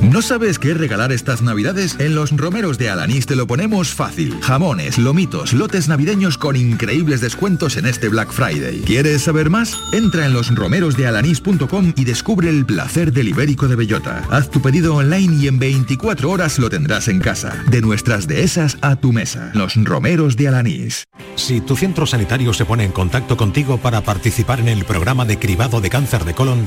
[SPEAKER 26] ¿No sabes qué regalar estas navidades? En los romeros de Alanís te lo ponemos fácil. Jamones, lomitos, lotes navideños con increíbles descuentos en este Black Friday. ¿Quieres saber más? Entra en losromerosdealanís.com y descubre el placer del ibérico de bellota. Haz tu pedido online y en 24 horas lo tendrás en casa. De nuestras dehesas a tu mesa. Los romeros de Alanís.
[SPEAKER 27] Si tu centro sanitario se pone en contacto contigo para participar en el programa de cribado de cáncer de colon,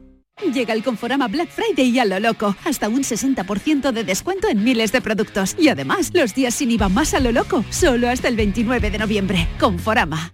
[SPEAKER 16] Llega el Conforama Black Friday y a lo loco. Hasta un 60% de descuento en miles de productos. Y además, los días sin IVA más a lo loco. Solo hasta el 29 de noviembre. Conforama.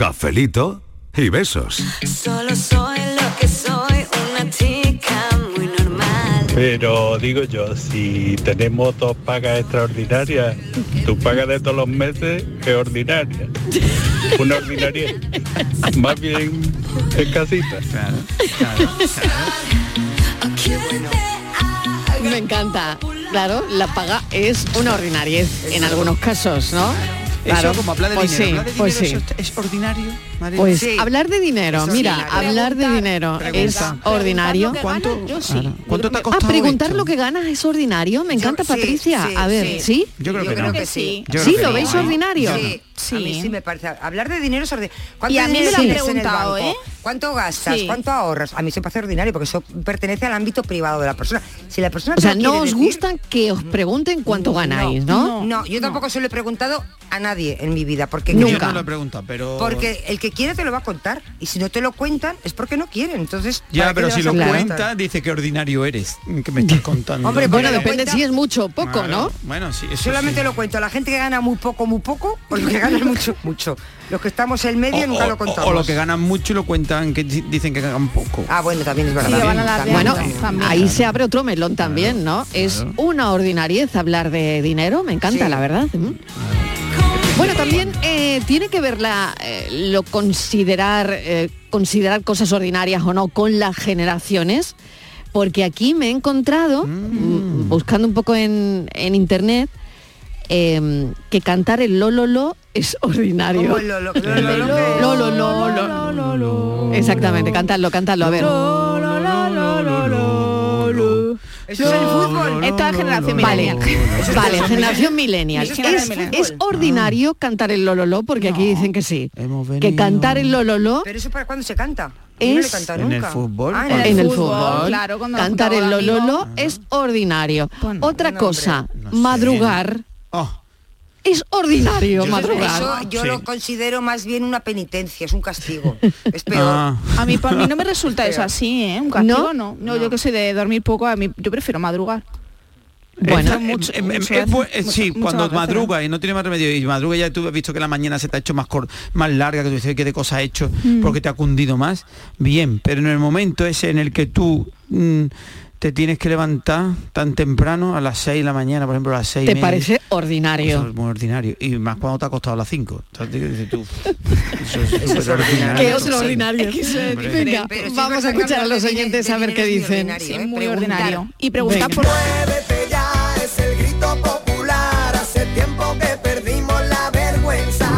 [SPEAKER 28] Cafelito y besos.
[SPEAKER 4] Solo soy lo que soy, una chica muy normal.
[SPEAKER 29] Pero digo yo, si tenemos dos pagas extraordinarias, tu paga de todos los meses es ordinaria. Una ordinaria. Más bien es casita. Claro, claro,
[SPEAKER 19] Me encanta. Claro, la paga es una ordinariez en algunos casos, ¿no?
[SPEAKER 8] Eso, como habla de
[SPEAKER 19] pues
[SPEAKER 8] dinero,
[SPEAKER 19] sí,
[SPEAKER 8] habla de
[SPEAKER 19] pues
[SPEAKER 8] dinero,
[SPEAKER 19] sí.
[SPEAKER 8] eso es- es ordinario. Marilo?
[SPEAKER 5] Pues
[SPEAKER 8] Sí.
[SPEAKER 5] hablar de dinero,
[SPEAKER 8] Eso
[SPEAKER 5] mira,
[SPEAKER 8] sí, claro.
[SPEAKER 5] hablar de dinero
[SPEAKER 8] Pregunta.
[SPEAKER 5] es ordinario.
[SPEAKER 8] ¿Cuánto, Claro. ¿Cuánto te ha
[SPEAKER 5] Ah,
[SPEAKER 8] costado?
[SPEAKER 5] preguntar lo que ganas es ordinario. Me encanta,
[SPEAKER 7] sí,
[SPEAKER 5] Patricia.
[SPEAKER 7] sí,
[SPEAKER 5] a ver, ¿sí?
[SPEAKER 7] sí.
[SPEAKER 8] Yo creo que no.
[SPEAKER 5] Yo Sí, creo que ¿lo no, veis ¿eh? ordinario?
[SPEAKER 7] Sí, a mí sí me parece. Hablar de dinero es ordinario.
[SPEAKER 9] Y a mí me lo han preguntado, ¿eh?
[SPEAKER 7] ¿Cuánto gastas?
[SPEAKER 9] Sí.
[SPEAKER 7] ¿Cuánto ahorras? A mí se me parece ordinario porque eso pertenece al ámbito privado de la persona. Si la persona
[SPEAKER 5] O
[SPEAKER 7] te
[SPEAKER 5] sea,
[SPEAKER 7] lo
[SPEAKER 5] no
[SPEAKER 7] quiere
[SPEAKER 5] os
[SPEAKER 7] decir- Mm,
[SPEAKER 5] gusta que os pregunten cuánto ganáis, ¿no?
[SPEAKER 7] No, yo tampoco se lo he preguntado a nadie en mi vida porque
[SPEAKER 8] Yo no
[SPEAKER 7] nunca.
[SPEAKER 8] lo he preguntado, pero...
[SPEAKER 7] Porque el que quiere te lo va a contar y si no te lo cuentan es porque no quieren. Entonces ¿para
[SPEAKER 8] Ya,
[SPEAKER 7] qué
[SPEAKER 8] pero
[SPEAKER 7] le
[SPEAKER 8] si
[SPEAKER 7] vas
[SPEAKER 8] lo
[SPEAKER 7] a contar?
[SPEAKER 8] cuenta, dice que ordinario eres, que me estás contando.
[SPEAKER 7] Hombre,
[SPEAKER 5] bueno, depende si es mucho o poco,
[SPEAKER 8] Claro.
[SPEAKER 5] ¿no?
[SPEAKER 8] Bueno, sí, eso
[SPEAKER 7] Solamente
[SPEAKER 8] sí.
[SPEAKER 7] lo cuento a la gente que gana muy poco, muy poco, o los que ganan mucho, mucho. Los que estamos en medio nunca lo contamos.
[SPEAKER 8] o lo que ganan mucho y lo cuentan, que di- dicen que ganan poco.
[SPEAKER 7] Ah, bueno, también es verdad.
[SPEAKER 5] Bueno, ahí se abre otro melón también, ¿no? Es una ordinariez hablar de dinero, me encanta, la verdad. Mm. Bueno, también eh, tiene que ver la, eh, lo considerar, eh, considerar cosas ordinarias o no con las generaciones, porque aquí me he encontrado, mm, buscando un poco en, en internet, eh, que cantar el lo lo lo es ordinario.
[SPEAKER 7] ¿Cómo el lo, lo, lo, lo, lo, qué es?
[SPEAKER 5] Lo, lo, lo, lo, Exactamente, cantadlo, cantadlo, a ver.
[SPEAKER 7] Eso es el fútbol.
[SPEAKER 9] Es toda generación
[SPEAKER 5] Vale,
[SPEAKER 9] millennial.
[SPEAKER 5] vale, generación millennial.
[SPEAKER 9] Eso es
[SPEAKER 5] Es, es ordinario cantar el lololó porque aquí dicen que sí. Que cantar el lololó
[SPEAKER 7] Pero eso para cuando se canta. Yo no lo he
[SPEAKER 5] es
[SPEAKER 7] cantado nunca. Ah,
[SPEAKER 5] en el fútbol.
[SPEAKER 9] claro, cuando
[SPEAKER 5] cantar
[SPEAKER 9] nos
[SPEAKER 5] el
[SPEAKER 9] juntamos los
[SPEAKER 8] Ah.
[SPEAKER 5] lololó es ordinario. Otra cosa, madrugar.
[SPEAKER 8] Oh.
[SPEAKER 5] Es ordinario
[SPEAKER 7] Yo-
[SPEAKER 5] madrugar.
[SPEAKER 7] Eso yo lo considero más bien una penitencia, es un castigo. Es peor.
[SPEAKER 9] A mí, por mí no me resulta eso
[SPEAKER 7] Pero-
[SPEAKER 9] así, ¿eh? Un castigo,
[SPEAKER 7] ¿No?
[SPEAKER 9] ¿No? no. yo que soy de dormir poco, a mí yo prefiero madrugar. Bueno,
[SPEAKER 8] Esta-
[SPEAKER 9] mucho-
[SPEAKER 8] em, em,
[SPEAKER 9] mucho
[SPEAKER 8] em, fue-
[SPEAKER 9] hace-
[SPEAKER 8] eh, sí,
[SPEAKER 9] mucho-
[SPEAKER 8] cuando
[SPEAKER 9] mucho hace,
[SPEAKER 8] madruga y no tiene más remedio y madruga ya tú has visto que la mañana se te ha hecho más cor- más larga, que tú dices qué de cosas has hecho
[SPEAKER 9] Mm.
[SPEAKER 8] porque te ha cundido más, bien, pero en el momento ese en el que tú mm, te tienes que levantar tan temprano a las 6 de la mañana, por ejemplo, a las 6
[SPEAKER 5] ¿Te parece ordinario?
[SPEAKER 8] Eso es muy ordinario. Y más cuando te ha costado a las 5. Entonces dices tú, eso es
[SPEAKER 5] Eso es
[SPEAKER 8] superordinario.
[SPEAKER 5] ordinario. Qué otro
[SPEAKER 8] Sí.
[SPEAKER 5] ordinario.
[SPEAKER 8] Hombre.
[SPEAKER 5] Venga,
[SPEAKER 7] Pero sí,
[SPEAKER 5] vamos a
[SPEAKER 7] pero
[SPEAKER 5] escuchar a
[SPEAKER 7] hablar
[SPEAKER 5] los
[SPEAKER 7] de
[SPEAKER 5] oyentes a ver qué dicen.
[SPEAKER 9] Sí, muy ordinario. Y preguntar por...
[SPEAKER 4] Muévete ya, es el grito popular. Hace tiempo que perdimos la vergüenza.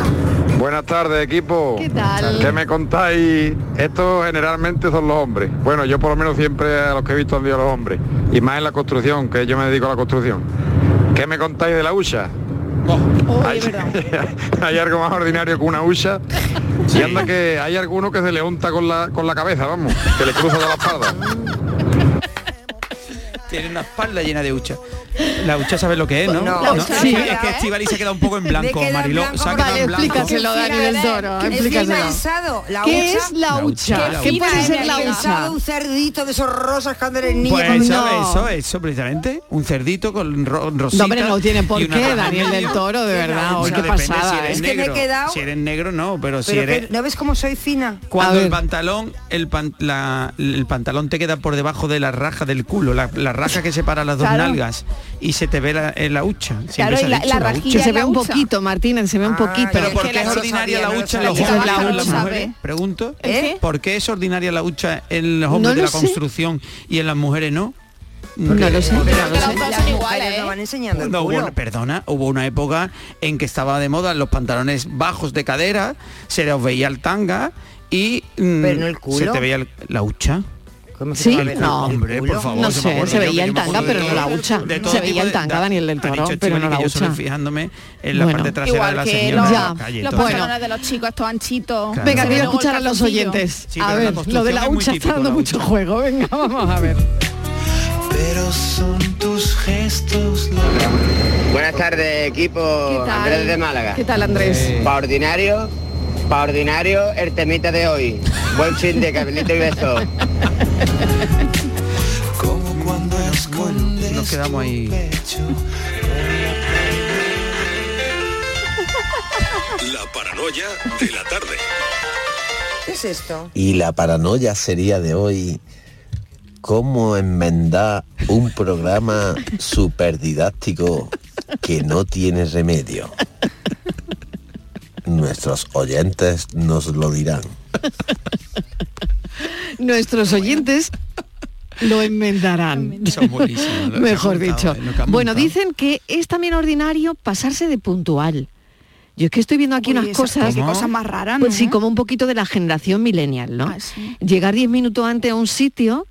[SPEAKER 30] Buenas tardes, equipo. ¿Qué
[SPEAKER 5] tal?
[SPEAKER 30] ¿Qué me contáis? Esto generalmente son los hombres. Bueno, yo por lo menos siempre a los que he visto han sido los hombres. Y más en la construcción, que yo me dedico a la construcción. ¿Qué me contáis de la hucha? hay, hay algo más ordinario que una hucha. Y anda que hay alguno que se le unta con la, con la cabeza, vamos, que le cruza de la espalda.
[SPEAKER 8] Tiene una espalda llena de hucha. La hucha sabe lo que es, ¿no?
[SPEAKER 7] No,
[SPEAKER 8] ¿No?
[SPEAKER 7] la
[SPEAKER 8] Sí,
[SPEAKER 7] hucha,
[SPEAKER 8] es que Estivali se ha quedado un poco en blanco,
[SPEAKER 7] Me queda
[SPEAKER 8] Mariló.
[SPEAKER 7] blanco
[SPEAKER 8] Se ha
[SPEAKER 7] porque-
[SPEAKER 8] quedado en blanco.
[SPEAKER 5] explícaselo, Dani del Toro,
[SPEAKER 7] Es bien
[SPEAKER 5] explícaselo.
[SPEAKER 7] pensado, la
[SPEAKER 5] ¿Qué
[SPEAKER 7] hucha-
[SPEAKER 5] es la
[SPEAKER 8] La hucha,
[SPEAKER 5] hucha?
[SPEAKER 8] la
[SPEAKER 5] ¿Qué
[SPEAKER 8] hucha.
[SPEAKER 5] puede ser la
[SPEAKER 7] Bien pensado,
[SPEAKER 5] hucha?
[SPEAKER 7] un cerdito de esos rosas cuando eres niño.
[SPEAKER 8] Pues
[SPEAKER 7] cuando-
[SPEAKER 8] eso,
[SPEAKER 7] No.
[SPEAKER 8] eso, eso precisamente, un cerdito con ro rosita
[SPEAKER 5] No, hombre, no tiene por
[SPEAKER 8] y una
[SPEAKER 5] qué,
[SPEAKER 8] roja
[SPEAKER 5] Daniel
[SPEAKER 8] en
[SPEAKER 5] del
[SPEAKER 8] medio.
[SPEAKER 5] Toro, de verdad, hoy
[SPEAKER 8] O sea,
[SPEAKER 5] qué
[SPEAKER 8] depende
[SPEAKER 5] pasada,
[SPEAKER 8] Si
[SPEAKER 5] ¿eh?
[SPEAKER 8] eres
[SPEAKER 5] Es que me he
[SPEAKER 8] negro,
[SPEAKER 7] quedado-
[SPEAKER 8] si eres negro, no, pero si
[SPEAKER 7] Pero
[SPEAKER 8] eres...
[SPEAKER 7] que- ¿No ves cómo soy fina?
[SPEAKER 8] Cuando el pantalón, el, pan- la- el pantalón te queda por debajo de la raja del culo, la, la raja que separa las dos
[SPEAKER 5] Claro.
[SPEAKER 8] nalgas y se te ve la, eh, la hucha. Siempre se ha dicho, hucha.
[SPEAKER 5] Que se ve un poquito, Martínez, se ve un poquito.
[SPEAKER 8] Pero ¿por qué es ordinaria Ah, la hucha en los hombres y no en las mujeres? Pregunto.
[SPEAKER 5] ¿Eh?
[SPEAKER 8] ¿Por qué es ordinaria la hucha en los hombres
[SPEAKER 5] No
[SPEAKER 8] de
[SPEAKER 5] lo
[SPEAKER 8] la
[SPEAKER 5] sé.
[SPEAKER 8] construcción y en las mujeres no?
[SPEAKER 5] No lo sé.
[SPEAKER 8] Porque-
[SPEAKER 7] Las mujeres no
[SPEAKER 5] ¿eh?
[SPEAKER 7] van enseñando el
[SPEAKER 8] No,
[SPEAKER 7] culo.
[SPEAKER 8] hubo- perdona, hubo una época en que estaba de moda los pantalones bajos de cadera, se les veía el tanga y mm,
[SPEAKER 7] Pero no el culo.
[SPEAKER 8] se te veía el- la hucha.
[SPEAKER 5] Sí,
[SPEAKER 8] El culo,
[SPEAKER 5] no.
[SPEAKER 8] hombre, por favor.
[SPEAKER 5] No
[SPEAKER 8] se me
[SPEAKER 5] sé,
[SPEAKER 8] acuerdo
[SPEAKER 5] se
[SPEAKER 8] yo,
[SPEAKER 5] veía
[SPEAKER 8] que yo
[SPEAKER 5] el
[SPEAKER 8] me
[SPEAKER 5] tanga,
[SPEAKER 8] acuerdo de
[SPEAKER 5] pero no
[SPEAKER 8] todo-
[SPEAKER 5] la hucha.
[SPEAKER 8] de todo
[SPEAKER 5] Se
[SPEAKER 8] tipo
[SPEAKER 5] veía el
[SPEAKER 8] de-
[SPEAKER 5] tanga,
[SPEAKER 8] da-
[SPEAKER 5] Daniel del
[SPEAKER 8] ha
[SPEAKER 5] Toro,
[SPEAKER 8] dicho
[SPEAKER 5] pero no
[SPEAKER 8] Estíbaliz
[SPEAKER 5] la
[SPEAKER 8] que yo solo
[SPEAKER 5] hucha.
[SPEAKER 8] fijándome en la
[SPEAKER 5] Bueno.
[SPEAKER 8] parte trasera de
[SPEAKER 9] Igual
[SPEAKER 8] la
[SPEAKER 9] que
[SPEAKER 8] señora
[SPEAKER 9] los,
[SPEAKER 8] en la calle.
[SPEAKER 9] los
[SPEAKER 8] todo.
[SPEAKER 9] pantalones de los chicos, estos anchitos.
[SPEAKER 8] Claro.
[SPEAKER 5] Venga, quiero
[SPEAKER 9] Luego el
[SPEAKER 5] escuchar a los
[SPEAKER 9] calzoncillo.
[SPEAKER 5] oyentes.
[SPEAKER 8] Sí,
[SPEAKER 5] a
[SPEAKER 8] pero
[SPEAKER 5] ver,
[SPEAKER 8] la
[SPEAKER 5] lo de
[SPEAKER 8] construcción
[SPEAKER 5] la
[SPEAKER 8] es muy
[SPEAKER 5] hucha está
[SPEAKER 8] típico,
[SPEAKER 5] dando
[SPEAKER 8] la
[SPEAKER 5] mucho juego. Venga, vamos a ver.
[SPEAKER 13] Pero son tus gestos Buenas tardes, equipo.
[SPEAKER 5] tal?
[SPEAKER 13] Andrés de Málaga.
[SPEAKER 5] ¿Qué tal, Andrés?
[SPEAKER 13] Pa' ordinario, pa' ordinario, el temita de hoy. Buen fin de cabelito y beso.
[SPEAKER 8] Nos quedamos ahí.
[SPEAKER 31] La paranoia de la tarde.
[SPEAKER 7] ¿Qué es esto?
[SPEAKER 15] Y la paranoia sería de hoy cómo enmendar un programa super didáctico que no tiene remedio. Nuestros oyentes nos lo dirán.
[SPEAKER 5] Nuestros oyentes lo enmendarán.
[SPEAKER 15] Son buenísimos, lo que ha
[SPEAKER 5] Mejor
[SPEAKER 15] apuntado,
[SPEAKER 5] dicho.
[SPEAKER 15] eh, lo que ha
[SPEAKER 5] Bueno,
[SPEAKER 15] apuntado.
[SPEAKER 5] dicen que es también ordinario pasarse de puntual. Yo es que estoy viendo aquí
[SPEAKER 9] Oye,
[SPEAKER 5] unas
[SPEAKER 9] esa-
[SPEAKER 5] cosas...
[SPEAKER 9] qué cosas más raras,
[SPEAKER 5] Pues
[SPEAKER 9] ¿no?
[SPEAKER 5] sí, como un poquito de la generación millennial, ¿no? Llegar 10 minutos antes a un sitio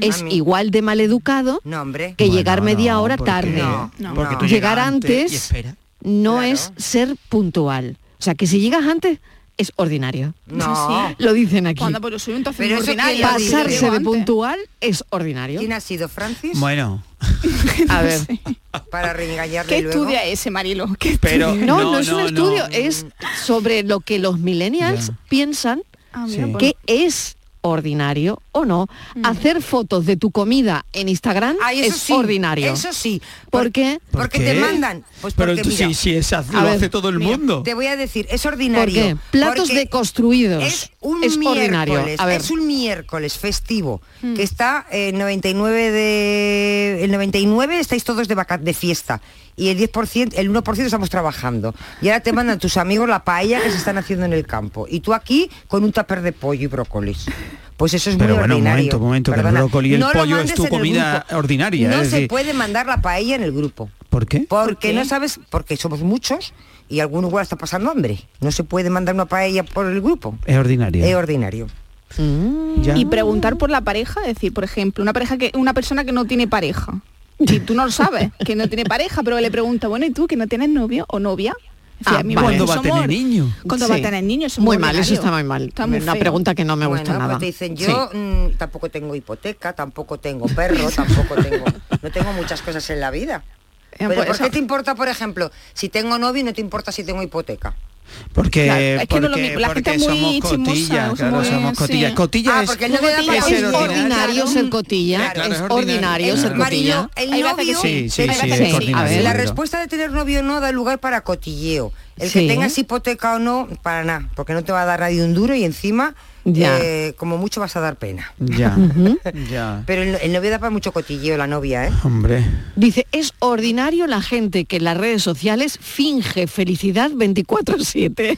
[SPEAKER 5] es
[SPEAKER 7] Mami.
[SPEAKER 5] igual de maleducado
[SPEAKER 7] No, hombre.
[SPEAKER 5] que llegar media hora tarde.
[SPEAKER 7] No, no,
[SPEAKER 5] Porque
[SPEAKER 7] no.
[SPEAKER 5] llegar
[SPEAKER 7] Llega antes y
[SPEAKER 5] antes
[SPEAKER 7] espera.
[SPEAKER 5] no es ser puntual. O sea, que si llegas antes es ordinario.
[SPEAKER 7] No. Sí, sí.
[SPEAKER 5] Lo dicen aquí.
[SPEAKER 9] Cuando pero soy un tofino
[SPEAKER 7] Pero eso
[SPEAKER 9] ordinario.
[SPEAKER 7] quién lo dice.
[SPEAKER 5] Pasarse de puntual es ordinario.
[SPEAKER 7] ¿Quién ha sido Francis?
[SPEAKER 8] Bueno,
[SPEAKER 5] A ver.
[SPEAKER 7] Para reengañarle
[SPEAKER 9] ¿Qué
[SPEAKER 7] luego.
[SPEAKER 9] estudia ese Marilo? ¿Qué
[SPEAKER 8] pero
[SPEAKER 5] No, no, es un estudio, es sobre lo que los millennials piensan
[SPEAKER 8] mira, Sí.
[SPEAKER 5] que es ordinario o no. Hacer fotos de tu comida en Instagram
[SPEAKER 7] Ay, eso
[SPEAKER 5] es
[SPEAKER 7] sí,
[SPEAKER 5] ordinario.
[SPEAKER 7] Eso sí.
[SPEAKER 5] ¿Por qué?
[SPEAKER 7] Porque te mandan. Pues
[SPEAKER 8] Pero
[SPEAKER 7] porque,
[SPEAKER 8] tú-
[SPEAKER 7] mira,
[SPEAKER 8] sí, sí, es- lo
[SPEAKER 7] a ver,
[SPEAKER 8] hace todo el
[SPEAKER 7] mira,
[SPEAKER 8] mundo.
[SPEAKER 7] Te voy a decir, es
[SPEAKER 5] ¿Por
[SPEAKER 7] ordinario.
[SPEAKER 5] qué? Platos
[SPEAKER 7] porque
[SPEAKER 5] deconstruidos.
[SPEAKER 7] Es un
[SPEAKER 5] ordinario.
[SPEAKER 7] miércoles,
[SPEAKER 5] A ver.
[SPEAKER 7] es un miércoles festivo
[SPEAKER 8] Hmm.
[SPEAKER 7] que está eh, el 99 de el 99 estáis todos de vaca- de fiesta y el 10% el 1% estamos trabajando. Y ahora te mandan tus amigos la paella que se están haciendo en el campo y tú aquí con un tupper de pollo y brócolis. Pues eso es
[SPEAKER 8] Pero
[SPEAKER 7] muy
[SPEAKER 8] bueno, un
[SPEAKER 7] ordinario.
[SPEAKER 8] momento, un momento, que el
[SPEAKER 7] Perdona,
[SPEAKER 8] brócoli y el
[SPEAKER 7] no lo
[SPEAKER 8] pollo es
[SPEAKER 7] mandes
[SPEAKER 8] tu
[SPEAKER 7] en el
[SPEAKER 8] comida
[SPEAKER 7] grupo.
[SPEAKER 8] ordinaria,
[SPEAKER 7] No
[SPEAKER 8] es
[SPEAKER 7] se
[SPEAKER 8] decir-
[SPEAKER 7] puede mandar la paella en el grupo.
[SPEAKER 8] ¿Por qué?
[SPEAKER 7] Porque
[SPEAKER 8] qué?
[SPEAKER 7] no sabes, porque somos muchos y alguno igual está pasando hambre. No se puede mandar una paella por el grupo.
[SPEAKER 8] es ordinario.
[SPEAKER 7] Es ordinario.
[SPEAKER 8] Ya.
[SPEAKER 9] Y preguntar por la pareja, es decir, por ejemplo, una pareja que una persona que no tiene pareja. Y tú no lo sabes, que no tiene pareja, pero le pregunta, bueno, ¿y tú que no tienes novio o novia? Es decir,
[SPEAKER 5] Ah,
[SPEAKER 9] a mí,
[SPEAKER 5] vale.
[SPEAKER 9] bueno,
[SPEAKER 5] ¿Cuándo va a
[SPEAKER 9] somos-
[SPEAKER 5] tener niño?
[SPEAKER 9] ¿Cuándo
[SPEAKER 5] Sí.
[SPEAKER 9] va a tener niño? es
[SPEAKER 5] Muy
[SPEAKER 9] muy
[SPEAKER 5] mal, eso
[SPEAKER 9] ordinario.
[SPEAKER 5] está muy mal.
[SPEAKER 9] Está muy
[SPEAKER 5] Una
[SPEAKER 9] feo.
[SPEAKER 5] pregunta que no me gusta
[SPEAKER 7] Bueno,
[SPEAKER 5] nada.
[SPEAKER 7] pues te dicen,
[SPEAKER 5] Sí.
[SPEAKER 7] yo mm, tampoco tengo hipoteca, tampoco tengo perro, tampoco tengo, no tengo muchas cosas en la vida.
[SPEAKER 5] Eh,
[SPEAKER 7] Pero
[SPEAKER 9] pues
[SPEAKER 7] ¿por
[SPEAKER 9] eso.
[SPEAKER 7] qué te importa, por ejemplo, si tengo novio y no te importa si tengo hipoteca?
[SPEAKER 8] Porque,
[SPEAKER 7] Claro, es que no es lo
[SPEAKER 8] porque-
[SPEAKER 7] mismo, la gente
[SPEAKER 8] porque
[SPEAKER 7] es
[SPEAKER 8] somos
[SPEAKER 7] muy
[SPEAKER 8] cotillas,
[SPEAKER 7] chismosa,
[SPEAKER 8] claro,
[SPEAKER 7] muy-
[SPEAKER 8] somos
[SPEAKER 7] sí.
[SPEAKER 8] cotillas. Cotillas
[SPEAKER 7] Ah,
[SPEAKER 8] es,
[SPEAKER 7] porque él no le da
[SPEAKER 8] es
[SPEAKER 7] para-
[SPEAKER 8] ser
[SPEAKER 5] Es ordinario ser cotilla,
[SPEAKER 8] Claro,
[SPEAKER 5] es
[SPEAKER 8] es
[SPEAKER 5] ordinario
[SPEAKER 8] ordinario,
[SPEAKER 5] ser
[SPEAKER 8] claro.
[SPEAKER 5] cotilla.
[SPEAKER 7] El
[SPEAKER 8] Hay veces que
[SPEAKER 7] novio,
[SPEAKER 8] sí, sí, sí,
[SPEAKER 7] hay veces
[SPEAKER 8] es
[SPEAKER 7] que
[SPEAKER 8] ordinario,
[SPEAKER 7] La
[SPEAKER 8] seguro.
[SPEAKER 7] respuesta de tener novio o no da lugar para cotilleo. El
[SPEAKER 5] Sí.
[SPEAKER 7] que tengas hipoteca o no, para nada, porque no te va a dar nadie un duro y encima,
[SPEAKER 5] Ya.
[SPEAKER 7] eh, como mucho vas a dar pena.
[SPEAKER 8] Ya,
[SPEAKER 5] Ujú.
[SPEAKER 8] ya.
[SPEAKER 7] Pero el, el novio da para mucho cotilleo, la novia, ¿eh?
[SPEAKER 8] Hombre,
[SPEAKER 5] Dice, es ordinario la gente que en las redes sociales finge felicidad 24-7.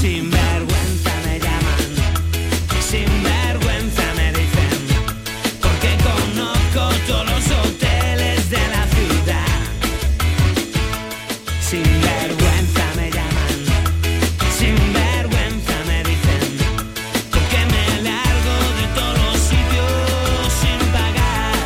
[SPEAKER 4] Sin vergüenza me llaman, sin vergüenza me dicen, porque conozco todos los hoteles de la ciudad. Sin vergüenza me llaman, sin vergüenza me dicen, porque me largo de todos los sitios sin pagar.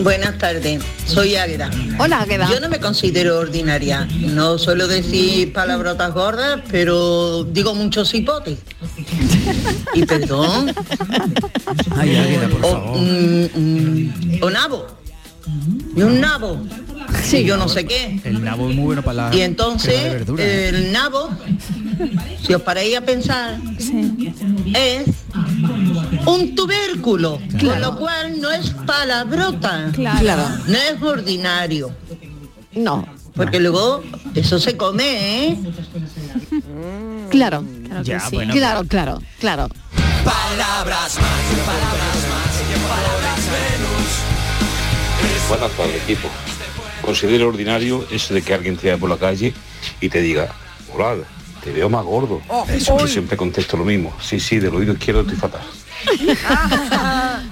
[SPEAKER 13] Buenas tardes, soy Águeda.
[SPEAKER 5] Hola, Águeda.
[SPEAKER 13] Yo no me considero ordinaria. No suelo decir palabrotas gordas, pero digo muchos hipotes. Y perdón. o, mm, mm, o nabo. Y un nabo. Sí. yo no sé qué.
[SPEAKER 8] el nabo es muy bueno para la
[SPEAKER 13] Y entonces,
[SPEAKER 8] crema de verdura.
[SPEAKER 5] ¿eh?
[SPEAKER 13] el nabo, si os paráis a pensar, es un tubérculo, con lo cual no es palabrota,
[SPEAKER 5] Claro.
[SPEAKER 13] no es ordinario.
[SPEAKER 5] No.
[SPEAKER 13] Porque luego eso se come, ¿eh?
[SPEAKER 5] Claro.
[SPEAKER 13] Claro que Ya, sí. bueno,
[SPEAKER 5] claro, claro, claro.
[SPEAKER 4] Palabras más, palabras más, palabras menos.
[SPEAKER 14] Buenas tardes, equipo. Considero ordinario eso de que alguien te vea por la calle y te diga, hola, te veo más gordo.
[SPEAKER 5] Oh,
[SPEAKER 14] eso
[SPEAKER 5] uy.
[SPEAKER 14] yo siempre contesto lo mismo. Sí, sí, del oído izquierdo estoy fatal.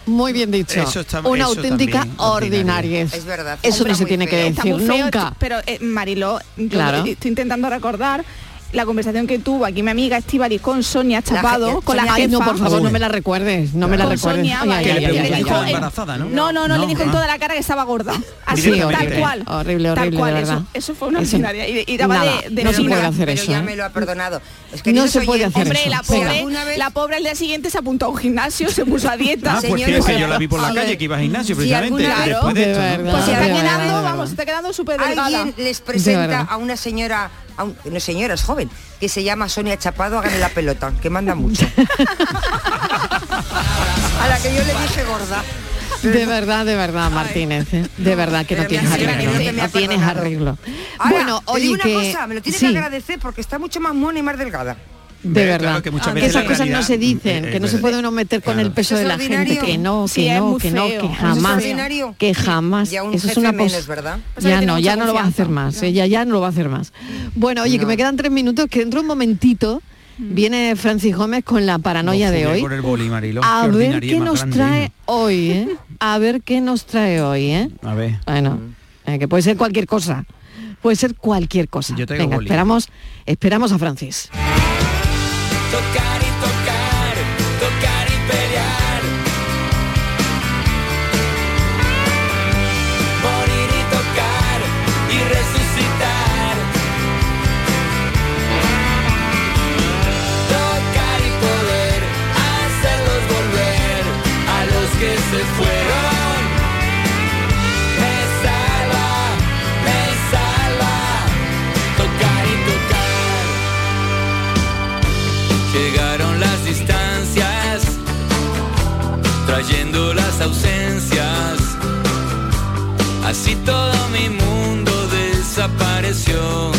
[SPEAKER 5] Muy bien dicho.
[SPEAKER 14] Eso está-
[SPEAKER 5] Una
[SPEAKER 14] eso
[SPEAKER 5] auténtica
[SPEAKER 14] también,
[SPEAKER 5] ordinaria.
[SPEAKER 9] Es verdad.
[SPEAKER 5] Eso
[SPEAKER 9] Hombre,
[SPEAKER 5] no se
[SPEAKER 9] muy
[SPEAKER 5] tiene
[SPEAKER 9] feo.
[SPEAKER 5] que
[SPEAKER 9] Está
[SPEAKER 5] decir
[SPEAKER 9] muy feo,
[SPEAKER 5] nunca.
[SPEAKER 9] t- Pero eh, Mariló, yo
[SPEAKER 5] Claro.
[SPEAKER 9] estoy intentando recordar la conversación que tuvo aquí mi amiga Estivali con Sonia Chapado,
[SPEAKER 5] Sonia,
[SPEAKER 9] con la
[SPEAKER 5] ay,
[SPEAKER 9] jefa.
[SPEAKER 5] no, por favor, no me la recuerdes, no me la
[SPEAKER 9] Con
[SPEAKER 5] recuerdes.
[SPEAKER 9] Sonia,
[SPEAKER 5] Ay, ay,
[SPEAKER 9] vaya,
[SPEAKER 5] ay,
[SPEAKER 9] que
[SPEAKER 5] ay,
[SPEAKER 9] le
[SPEAKER 5] ay,
[SPEAKER 9] dijo
[SPEAKER 5] ay.
[SPEAKER 9] en- No, no, no, le
[SPEAKER 8] Ah.
[SPEAKER 9] dijo en toda la cara que estaba gorda. Así, tal
[SPEAKER 5] Directamente.
[SPEAKER 9] cual.
[SPEAKER 5] Horrible,
[SPEAKER 9] Tal
[SPEAKER 5] horrible,
[SPEAKER 9] cual,
[SPEAKER 5] de verdad.
[SPEAKER 9] Eso, eso fue una
[SPEAKER 5] Eso-
[SPEAKER 9] ordinaria. Y, y daba
[SPEAKER 5] nada,
[SPEAKER 9] de, de
[SPEAKER 5] no se
[SPEAKER 9] fina.
[SPEAKER 5] puede hacer
[SPEAKER 7] Pero
[SPEAKER 5] eso.
[SPEAKER 7] ya
[SPEAKER 5] ¿eh?
[SPEAKER 7] me lo ha perdonado. Es que
[SPEAKER 5] No se puede hacer
[SPEAKER 9] Hombre,
[SPEAKER 5] eso.
[SPEAKER 9] Eh, la
[SPEAKER 5] Venga.
[SPEAKER 9] pobre, la pobre al día siguiente se apuntó a un gimnasio, se puso a dieta.
[SPEAKER 8] Ah, pues
[SPEAKER 9] Señores,
[SPEAKER 8] fíjate, yo la vi por la
[SPEAKER 9] a ver.
[SPEAKER 8] calle que iba al gimnasio
[SPEAKER 9] Si
[SPEAKER 8] precisamente.
[SPEAKER 9] alguna- Claro,
[SPEAKER 8] después de,
[SPEAKER 9] de
[SPEAKER 8] esto, ¿no?
[SPEAKER 9] verdad, Pues se está de quedando, verdad, de vamos, verdad. se está quedando súper delgada.
[SPEAKER 7] Alguien les
[SPEAKER 9] De
[SPEAKER 7] presenta
[SPEAKER 9] verdad.
[SPEAKER 7] a una señora, a un- no señora, es joven, que se llama Sonia Chapado, háganle la pelota, que manda mucho. a la que yo le dije gorda.
[SPEAKER 5] De verdad, de verdad, Martínez, ¿eh? de verdad que no
[SPEAKER 7] Pero me
[SPEAKER 5] tienes
[SPEAKER 7] ha sido
[SPEAKER 5] arreglo, ¿eh?
[SPEAKER 7] una que me
[SPEAKER 5] no
[SPEAKER 7] ha
[SPEAKER 5] tienes
[SPEAKER 7] perdonado.
[SPEAKER 5] arreglo.
[SPEAKER 7] Ahora,
[SPEAKER 5] bueno,
[SPEAKER 7] te digo
[SPEAKER 5] oye
[SPEAKER 7] una
[SPEAKER 5] que
[SPEAKER 7] cosa, me lo tienes
[SPEAKER 5] sí,
[SPEAKER 7] que agradecer porque está mucho más mona y más delgada.
[SPEAKER 5] de
[SPEAKER 8] Claro,
[SPEAKER 5] verdad, Ah,
[SPEAKER 8] que muchas
[SPEAKER 5] que
[SPEAKER 8] veces
[SPEAKER 5] esas
[SPEAKER 8] la
[SPEAKER 5] cosas no
[SPEAKER 8] realidad-
[SPEAKER 5] se dicen,
[SPEAKER 8] eh,
[SPEAKER 5] que no
[SPEAKER 8] es
[SPEAKER 5] se
[SPEAKER 8] verdad.
[SPEAKER 5] puede uno meter con el peso de la gente, que no, que
[SPEAKER 7] Sí, es
[SPEAKER 5] no,
[SPEAKER 7] muy
[SPEAKER 5] que no,
[SPEAKER 7] feo.
[SPEAKER 5] que
[SPEAKER 7] Eso es
[SPEAKER 5] jamás,
[SPEAKER 7] ordinario.
[SPEAKER 5] que jamás.
[SPEAKER 7] Y a un
[SPEAKER 5] Eso es
[SPEAKER 7] jefe
[SPEAKER 5] una
[SPEAKER 7] menos,
[SPEAKER 5] cosa.
[SPEAKER 7] ¿verdad? O sea,
[SPEAKER 5] Ya
[SPEAKER 7] que tiene
[SPEAKER 5] no,
[SPEAKER 7] mucha
[SPEAKER 5] ya no lo va a hacer más, ella ya no lo va a hacer más. Bueno, oye, que me quedan tres minutos, que dentro de un momentito
[SPEAKER 7] Mm.
[SPEAKER 5] viene Francis Gómez con la paranoia
[SPEAKER 8] Joder,
[SPEAKER 5] de hoy.
[SPEAKER 8] Por el boli, Mariló,
[SPEAKER 5] A
[SPEAKER 8] qué
[SPEAKER 5] ver
[SPEAKER 8] ordinaria
[SPEAKER 5] qué
[SPEAKER 8] más
[SPEAKER 5] nos
[SPEAKER 8] grande.
[SPEAKER 5] trae hoy, ¿eh? A ver qué nos trae hoy, ¿eh?
[SPEAKER 8] A ver.
[SPEAKER 5] Bueno, eh, que puede ser cualquier cosa. Puede ser cualquier cosa.
[SPEAKER 8] traigo
[SPEAKER 5] Venga,
[SPEAKER 8] boli.
[SPEAKER 5] esperamos, esperamos a Francis.
[SPEAKER 4] Tocar y tocar, tocar y pelear. Morir y tocar y resucitar. Tocar y poder hacerlos volver a los que se fueron. Me salva, me salva. Tocar y tocar. Llegaron las distancias, trayendo las ausencias. Así todo mi mundo desapareció.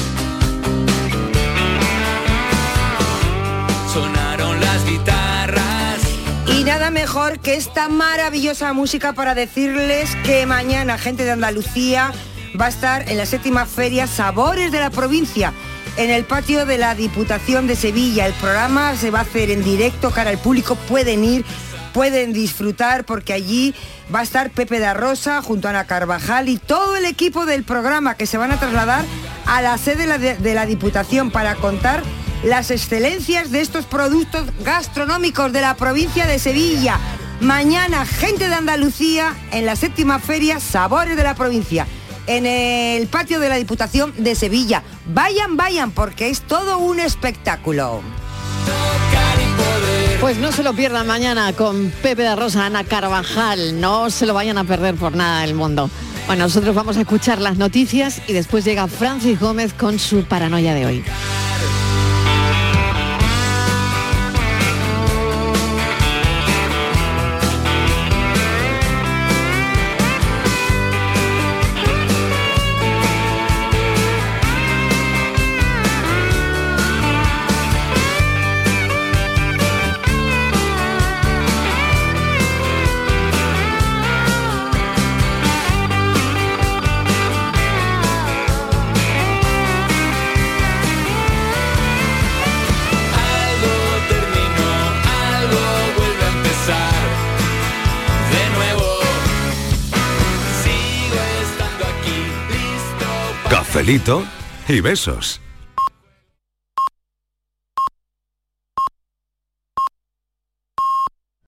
[SPEAKER 4] Sonaron las guitarras.
[SPEAKER 7] Y nada mejor que esta maravillosa música para decirles que mañana gente de Andalucía va a estar en la séptima feria Sabores de la provincia. En el patio de la Diputación de Sevilla, el programa se va a hacer en directo cara al público, pueden ir, pueden disfrutar porque allí va a estar Pepe da Rosa junto a Ana Carvajal y todo el equipo del programa que se van a trasladar a la sede de la, de la Diputación para contar las excelencias de estos productos gastronómicos de la provincia de Sevilla. Mañana, gente de Andalucía, en la séptima feria Sabores de la provincia, en el patio de la Diputación de Sevilla. Vayan, vayan, porque es todo un espectáculo.
[SPEAKER 5] Pues no se lo pierdan mañana con Pepe de Rosa, Ana Carvajal. No se lo vayan a perder por nada del mundo. Bueno, nosotros vamos a escuchar las noticias y después llega Francis Gómez con su paranoia de hoy.
[SPEAKER 4] Algo terminó, algo vuelve a empezar. De nuevo, sigo estando aquí, listo.
[SPEAKER 3] Cafelito y besos.